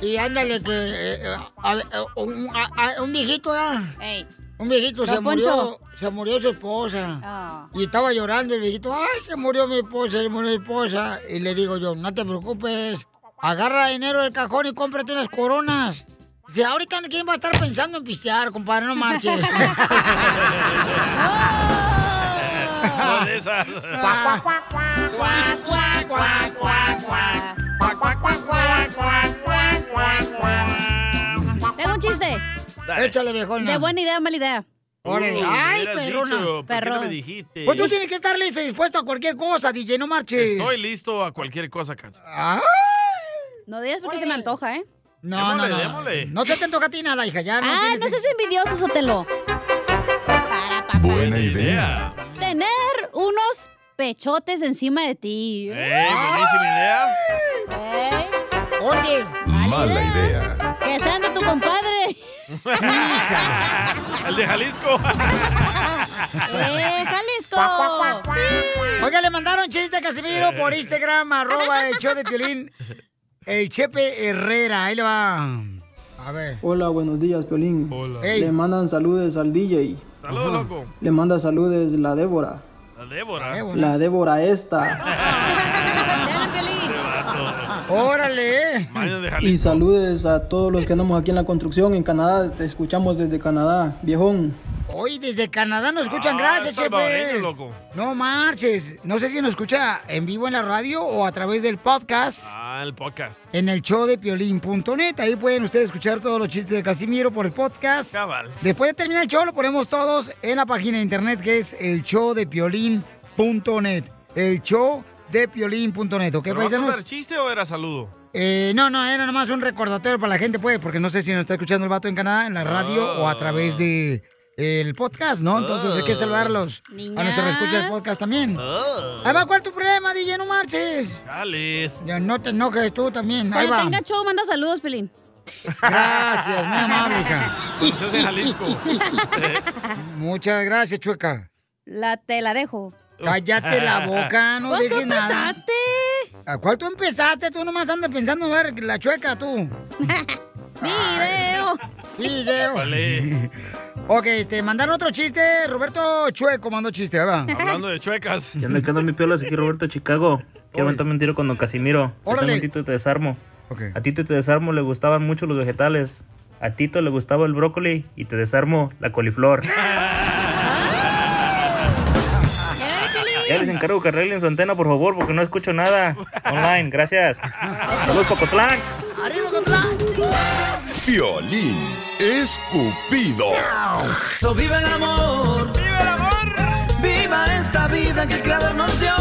Y ándale que eh, eh, a- a- un, a- a- un viejito ya. Un viejito Don se murió, Poncho. Ah. se murió su esposa. Y estaba llorando el viejito, ay, se murió mi esposa, se murió mi esposa. Y le digo yo, no te preocupes, agarra dinero del cajón y cómprate unas coronas. Dice, ahorita quién va a estar pensando en pistear, compadre, no marches. Tengo un chiste. Échale, viejona. De buena idea, mala idea. Órale. Ay, perrona. Perro. dijiste? Pues tú tienes que estar listo y dispuesto a cualquier cosa, DJ, no marches. Estoy listo a cualquier cosa, Cacha. No digas porque se me antoja, ¿eh? Ah, No, no, no. No se te antoja a ti nada, hija, ya. No Ah, tienes- no seas envidioso, Sotelo. Buena idea. Tener unos pechotes encima de ti. ¡Eh, buenísima idea! Oye. Mala idea. Que sean de tu compadre. El de Jalisco. ¡Eh, Jalisco! Oiga, le mandaron chiste a Casimiro por Eh. Instagram, arroba el show de Piolín. El Chepe Herrera, ahí le va. A ver. Hola, buenos días, Piolín. Ey. Le mandan saludes al DJ. Saludos, Ajá. loco. Le manda saludes la Débora. La Ah, Débora. La Débora esta. ¡Órale! Y saludes a todos los que andamos aquí en la construcción en Canadá. Te escuchamos desde Canadá, viejón. Hoy desde Canadá nos escuchan, Ah, gracias, Chepe. salvadoreño, loco. No marches. No sé si nos escucha en vivo en la radio o a través del podcast. Ah, el podcast. en el show de piolín.net. Ahí pueden ustedes escuchar todos los chistes de Casimiro por el podcast. Cabal. Después de terminar el show, lo ponemos todos en la página de internet que es el show de piolín.net. El show de piolín.net. ¿Ok, ¿Pero va a contar paisanos? chiste o era saludo? Eh, no, no, era nomás un recordatorio para la gente, pues, porque no sé si nos está escuchando el vato en Canadá, en la radio o a través de el podcast, ¿no? Entonces hay que saludarlos a nuestros escuchas del podcast también. Ahí va, ¿cuál es tu problema, DJ? No marches. Dale. Ya no te enojes tú también. Ahí Cuando va. tenga show, manda saludos, Pelín. Gracias, muy amable, hija. Yo soy Jalisco. Muchas gracias, chueca. La, te la dejo. Cállate la boca, no ¿Vos dejes qué nada. pasaste? ¿A cuál tú empezaste? Tú nomás andas pensando en ver la chueca, tú. Video. Video. Ok, este, mandaron otro chiste. Roberto Chueco mandó chiste, ahí va. Hablando de chuecas. Ya me quedo mi piolas aquí, Roberto Chicago. Oye. Quiero aventarme un tiro con Don Casimiro. Yo Órale. tengo un Tito y te desarmo. A Tito y te desarmo le gustaban mucho los vegetales. A Tito le gustaba el brócoli y te desarmo la coliflor. Ya les encargo que arreglen su antena, por favor, porque no escucho nada online. Gracias. Saludos, Cocotlán. ¡Arriba, contra! Piolín escupido. So, viva el amor. Viva el amor. Viva esta vida que el creador nos dio.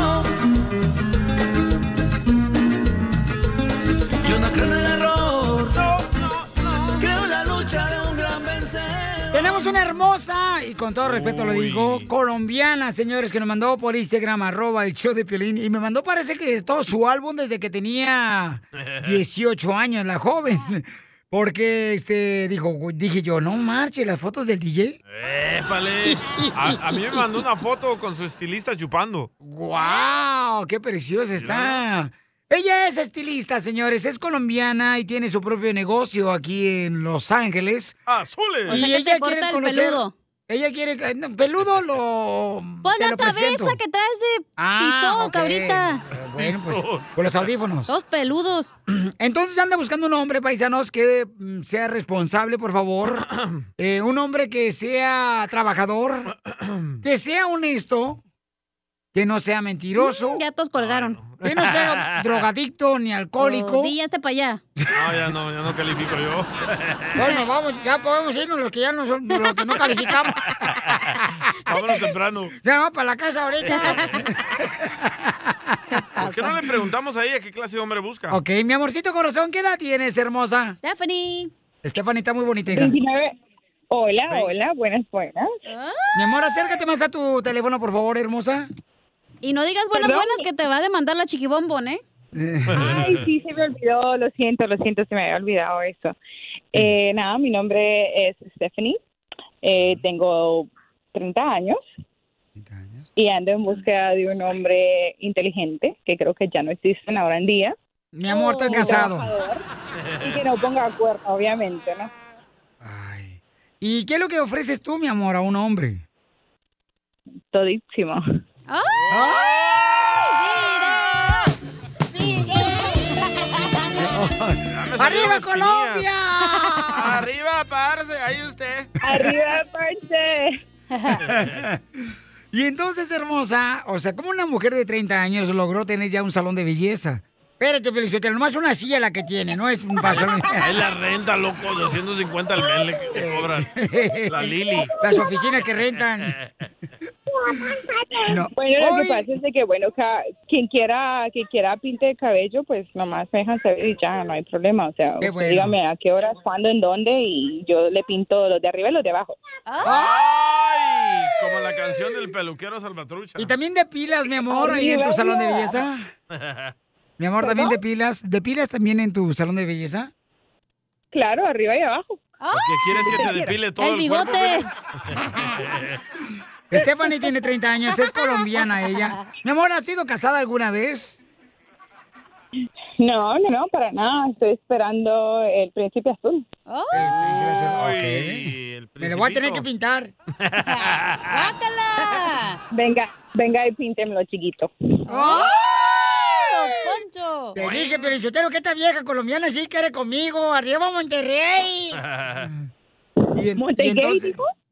Yo no creo en el error. Creo en la lucha de un gran vencedor. Tenemos una hermosa, y con todo respeto lo digo, colombiana, señores, que nos mandó por Instagram, arroba el show de Piolín, y me mandó parece que todo su álbum desde que tenía 18 años, la joven. Porque, este, dijo, dije yo, no marche, las fotos del DJ. Épale. A, a mí me mandó una foto con su estilista chupando. ¡Wow! ¡Qué preciosa está! Ella es estilista, señores, es colombiana y tiene su propio negocio aquí en Los Ángeles. ¡Azules! O sea, que te corta el peludo. Ella quiere. eh, no, Peludo lo. Pon te Pues la lo cabeza presento. que traes de Ah, piso, ok. cabrita. Bueno, pues, con los audífonos. Dos peludos. Entonces anda buscando un hombre, paisanos, que mm, sea responsable, por favor. Eh, un hombre que sea trabajador, que sea honesto, que no sea mentiroso. Mm, Ya todos colgaron. Que no sea drogadicto ni alcohólico. Oh, di, ya está para allá. No, ya no, ya no califico yo. Bueno, vamos, ya podemos irnos los que ya no son, los que no calificamos. Vámonos temprano. Ya vamos para la casa ahorita. ¿Por qué no le preguntamos a ella qué clase de hombre busca? ok, mi amorcito corazón, ¿qué edad tienes, hermosa? Stephanie. Stephanie está muy bonita. hija. 29. Hola, Ven. hola, buenas, buenas. Ah. Mi amor, acércate más a tu teléfono, por favor, hermosa. Y no digas buenas, Perdón. buenas que te va a demandar la chiquibombón, ¿eh? Ay, sí, se me olvidó, lo siento, lo siento, se me había olvidado eso. Eh, nada, mi nombre es Stephanie, eh, tengo 30 años y ando en búsqueda de un hombre inteligente, que creo que ya no existen ahora en día. Mi amor, estoy Un casado. trabajador, Y que no ponga acuerdo, obviamente, ¿no? ¿Y qué es lo que ofreces tú, mi amor, a un hombre? Todísimo. ¡Arriba, Colombia! ¡Arriba, parce! Ahí usted. ¡Arriba, parce! Y entonces, hermosa, o sea, como una mujer de 30 años logró tener ya un salón de belleza? Espérate, Felicitelo, nomás una silla la que tiene, no es un pasalón. Es la renta, loco, 250 al mes le, le cobran. La Lili. Las oficinas que rentan. No. Bueno, lo Hoy- que pasa es de que, bueno, ca- quien quiera quien quiera pinte el cabello, pues nomás me dejan saber y ya, no hay problema. O sea, Qué usted bueno. dígame a qué horas, cuándo, en dónde y yo le pinto los de arriba y los de abajo. ¡Ay! Como la canción del peluquero Salvatrucha. Y también depilas, mi amor, ahí en tu salón de belleza. Mi amor, ¿también depilas? ¿Depilas también en tu salón de belleza? Claro, arriba y abajo. ¿O qué quieres que te depile todo el, cuerpo? Pelín? Stephanie tiene 30 años, es colombiana ella. Mi amor, ¿has sido casada alguna vez? No, no, no, para nada. Estoy esperando el príncipe azul. Me lo voy a tener que pintar. Ah. Venga, venga y píntemelo chiquito. ¡Oh! Oh, Te dije, pero Sotelo, que esta vieja colombiana sí quiere conmigo. ¡Arriba Monterrey! Y, en- ¿Monterrey, entonces- dijo?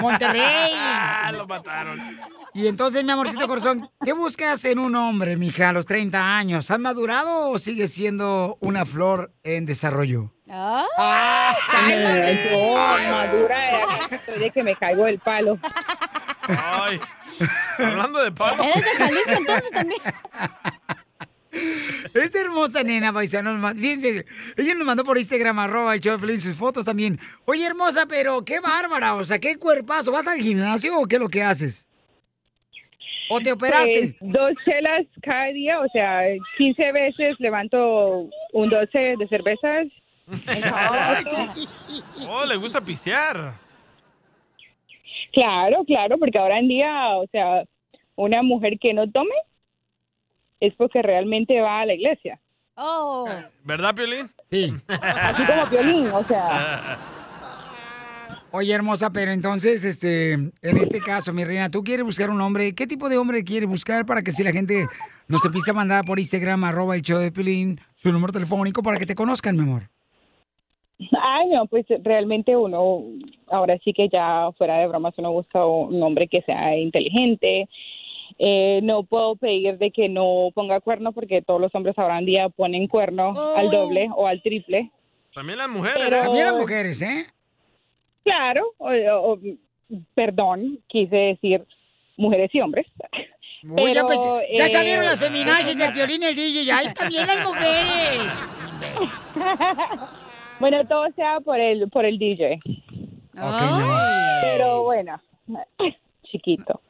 Monterrey. Ah, Lo mataron. Y entonces, mi amorcito corazón, ¿qué buscas en un hombre, mija, a los 30 años? ¿Has madurado o sigues siendo una flor en desarrollo? Ah. Ay, yo, madura, eh, estoy de que me caigo del palo. Ay, hablando de palo. ¿Eres de Jalisco entonces también? Esta hermosa nena, paisanos, ma- fíjense, ella nos mandó por Instagram, arroba el show de Piolín, sus fotos también. Oye, hermosa, pero qué bárbara, o sea, qué cuerpazo. ¿Vas al gimnasio o qué es lo que haces? ¿O te operaste? Pues, dos chelas cada día, o sea, 15 veces levanto un 12 de cervezas. Oh, le gusta pistear. Claro, claro, porque ahora en día, o sea, una mujer que no tome es porque realmente va a la iglesia. Oh. ¿Verdad, Piolín? Sí. Así como violín, o sea. Oye, hermosa, pero entonces, este, en este caso, mi reina, ¿tú quieres buscar un hombre? ¿Qué tipo de hombre quieres buscar para que si la gente nos empieza a mandar por Instagram, arroba el show de Piolín, su número telefónico para que te conozcan, mi amor? Ay, no, pues realmente uno, ahora sí que ya fuera de bromas, uno busca un hombre que sea inteligente. Eh, no puedo pedir de que no ponga cuerno porque todos los hombres ahora en día ponen cuerno al doble o al triple. También las mujeres. Pero- ¿eh? También las mujeres, ¿eh? Claro, o- o- perdón, quise decir mujeres y hombres. Oye, Pero, pues, ya eh, salieron las feminazis del violín y el DJ, ahí también las mujeres. Bueno, todo sea por el, por el DJ. Ah, Pero bueno, chiquito.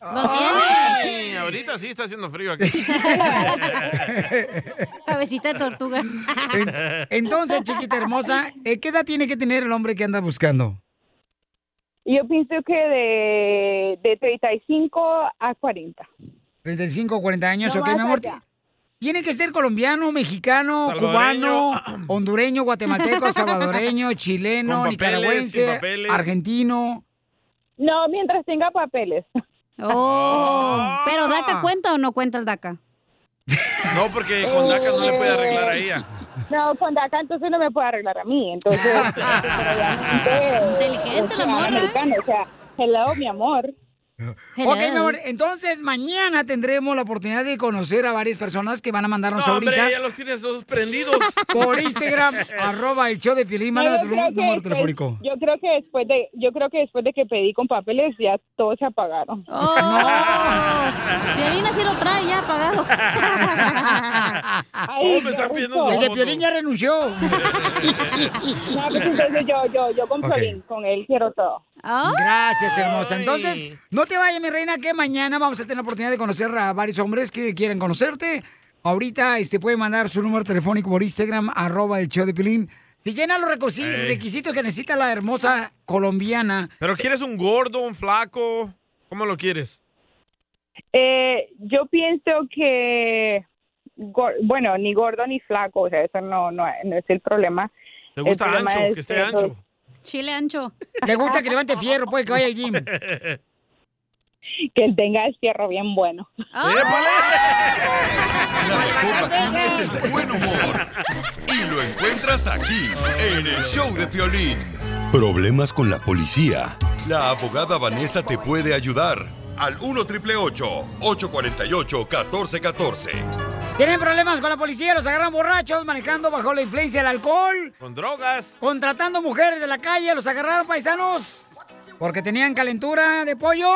Ay, ahorita sí está haciendo frío aquí. Cabecita de tortuga. Entonces, chiquita hermosa, eh, ¿qué edad tiene que tener el hombre que anda buscando? Yo pienso que de, de 35 a 40. 35 o 40 años, No ok, más mi amor. allá. Tiene que ser colombiano, mexicano, Salvadoreño. cubano, hondureño, guatemalteco, salvadoreño, chileno, Con papeles, sin nicaragüense, papeles. argentino. No, mientras tenga papeles. Oh. Pero DACA cuenta o no cuenta el DACA? No, porque con DACA no le puede arreglar a ella. No, con DACA entonces no me puede arreglar a mí. Entonces, Ah, Inteligente la morra. O sea, hello, mi amor. Ok, mi amor, entonces mañana tendremos la oportunidad de conocer a varias personas que van a No, mandarnos hombre, ahorita ya los tienes todos prendidos. por Instagram, arroba el show de Piolín, mándame No, tu yo creo que este, número después- telefónico. Yo creo que después de, yo creo que después de que pedí con papeles ya todos se apagaron. Violina sí lo trae ya apagado. Oh, Ay, me están pidiendo su El de foto. Piolín ya renunció. No, pues entonces yo, yo, yo con Ok. Piolín, con él quiero todo. Gracias, hermosa. Entonces, no te vayas, mi reina, que mañana vamos a tener la oportunidad de conocer a varios hombres que quieren conocerte. Ahorita este puede mandar su número telefónico por Instagram, arroba el show de Piolín. Si llena los recosi- Ey. requisitos que necesita la hermosa colombiana. Pero quieres un gordo, un flaco. ¿Cómo lo quieres? Eh, yo pienso que, gor- bueno, ni gordo ni flaco, o sea, eso no, no, no es el problema. ¿Te El gusta problema ancho? es Que esté ancho. Chile ancho. Le gusta que levante fierro, pues que vaya al gym. Que él tenga el fierro bien bueno. La mejor vacuna es el buen humor. Y lo encuentras aquí, en el show de Piolín. Problemas con la policía. La abogada Vanessa te puede ayudar. Al 1 triple 848 1414. Tienen problemas con la policía, los agarran borrachos, manejando bajo la influencia del alcohol. Con drogas. Contratando mujeres de la calle, los agarraron paisanos. Porque tenían calentura de pollo.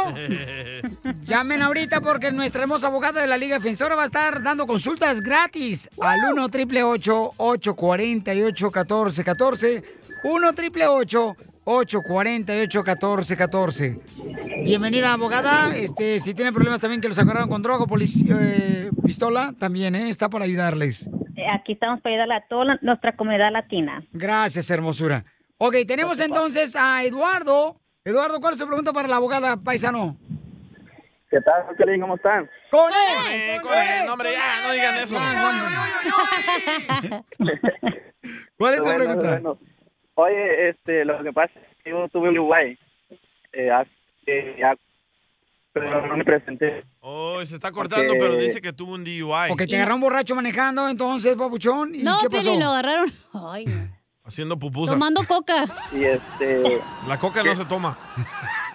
Llamen ahorita porque nuestra hermosa abogada de la Liga Defensora va a estar dando consultas gratis al 1 triple 848 1414 1 triple 848 1414 Bienvenida, abogada. Este, si tiene problemas también que los agarraron con droga o polic- eh, pistola, también eh, está para ayudarles. Eh, Aquí estamos para ayudar a toda la- nuestra comunidad latina. Gracias, hermosura. Ok, tenemos entonces a Eduardo Eduardo, ¿cuál es tu pregunta para la abogada paisano? ¿Qué tal, Piolín? ¿Cómo están? ¡Con Eh, él! ¡Con él! No, hombre, ya, pues, no digan eso. ¿Cuál es tu pregunta? Oye, este, lo que pasa es que yo estuve en Uruguay eh, hace eh, ya, pero no me presenté. Oh, se está cortando, Porque- pero dice que tuvo un DUI. Porque te agarraron borracho manejando, entonces, papuchón. ¿Y No, qué pasó? Pili, lo agarraron. Ay, no. Haciendo pupusa. Tomando coca. Y este, La coca no se toma.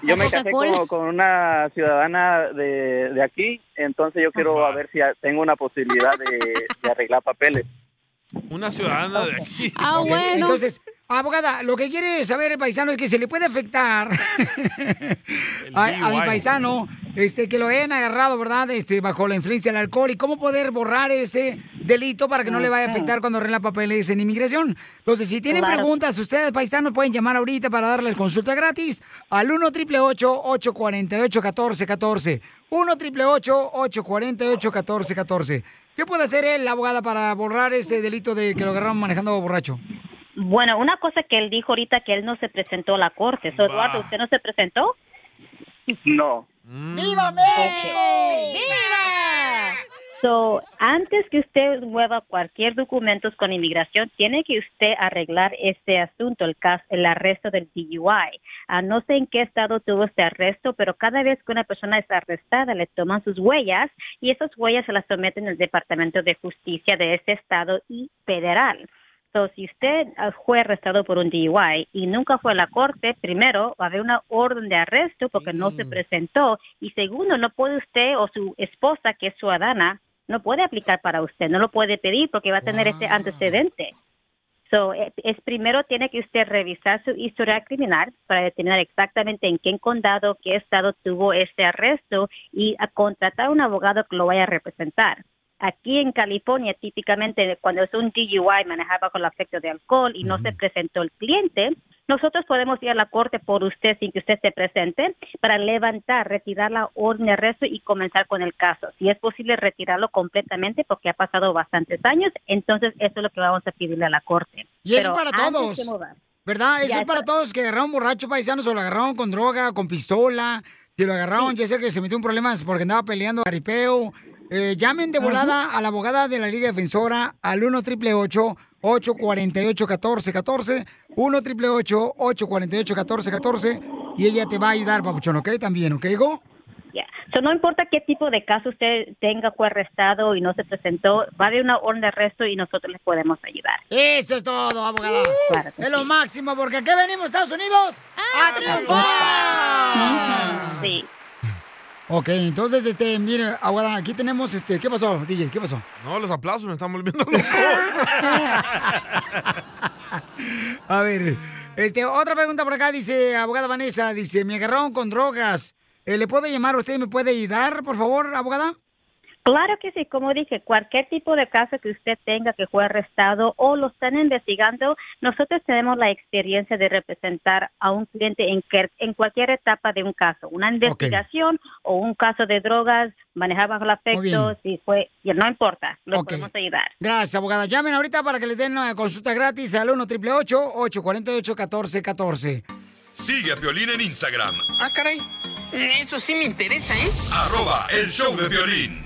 yo me casé Coca-Cola. con, con una ciudadana de, de aquí, entonces yo quiero a ver si a- tengo una posibilidad de, de arreglar papeles. Una ciudadana de aquí. Ah, Ok, bueno. Entonces, abogada, lo que quiere saber el paisano es que se le puede afectar a, a mi DUI. paisano este, que lo hayan agarrado, ¿verdad? Este, bajo la influencia del alcohol y cómo poder borrar ese delito para que no le vaya a afectar cuando arregla papeles en inmigración. Entonces, si tienen Claro. preguntas, ustedes paisanos pueden llamar ahorita para darles consulta gratis al 1 888 848 1414 1 888 848 1414 ¿Qué puede hacer él, la abogada, para borrar ese delito de que lo agarraron manejando borracho? Bueno, una cosa que él dijo ahorita que él no se presentó a la corte. So, Eduardo, ¿usted no se presentó? No. ¡Viva México! ¡Viva! So, antes que usted mueva cualquier documento con inmigración, tiene que usted arreglar este asunto, el caso, el arresto del DUI. Ah, no sé en qué estado tuvo este arresto, pero cada vez que una persona es arrestada, le toman sus huellas y esas huellas se las someten al Departamento de Justicia de ese estado y federal. So, si usted ah, fue arrestado por un DUI y nunca fue a la corte, primero va a haber una orden de arresto porque no se presentó y segundo, no puede usted o su esposa, que es ciudadana, no puede aplicar para usted, no lo puede pedir porque va a tener ese antecedente. So, e- es primero tiene que usted revisar su historia criminal para determinar exactamente en qué condado, qué estado tuvo este arresto y a contratar a un abogado que lo vaya a representar. Aquí en California, típicamente cuando es un DUI, manejaba con el efecto de alcohol y no se presentó el cliente, nosotros podemos ir a la corte por usted sin que usted se presente para levantar, retirar la orden de arresto y comenzar con el caso. Si es posible retirarlo completamente porque ha pasado bastantes años, entonces eso es lo que vamos a pedirle a la corte. Y eso Pero es para antes todos. de mudar- ¿Verdad? Eso Ya, es para eso- todos que agarraron borracho paisanos o lo agarraron con droga, con pistola. Si lo agarraron, ya sé que se metió en problemas porque andaba peleando aripeo. Eh, llamen de volada a la abogada de la Liga Defensora al 1 888 848 1414 1 888 848 1414 y ella te va a ayudar, papuchón, ¿ok? También, ¿ok, Go? Ya. So, no importa qué tipo de caso usted tenga, fue arrestado y no se presentó, va a haber una orden de arresto y nosotros le podemos ayudar. Eso es todo, abogada. es lo máximo, porque aquí venimos, Estados Unidos, a, triunfar. Sí. Ok, entonces, este, mire, abogada, aquí tenemos, este, ¿qué pasó, DJ? ¿Qué pasó? No, los aplausos me están volviendo loco. A ver, este, otra pregunta por acá, dice abogada Vanessa, dice, me agarraron con drogas. Eh, ¿Le puedo llamar a usted? y ¿Me puede ayudar, por favor, abogada? Claro que sí, como dije, cualquier tipo de caso que usted tenga que fue arrestado o lo están investigando, nosotros tenemos la experiencia de representar a un cliente en, que- en cualquier etapa de un caso, una investigación o un caso de drogas, manejar bajo el afecto, si fue, y no importa, lo Ok. podemos ayudar. Gracias, abogada. Llamen ahorita para que les den una consulta gratis al 1 888 848 1414 Sigue a Piolín en Instagram, Ah, caray. Eso sí me interesa, ¿eh? arroba el show de Piolín.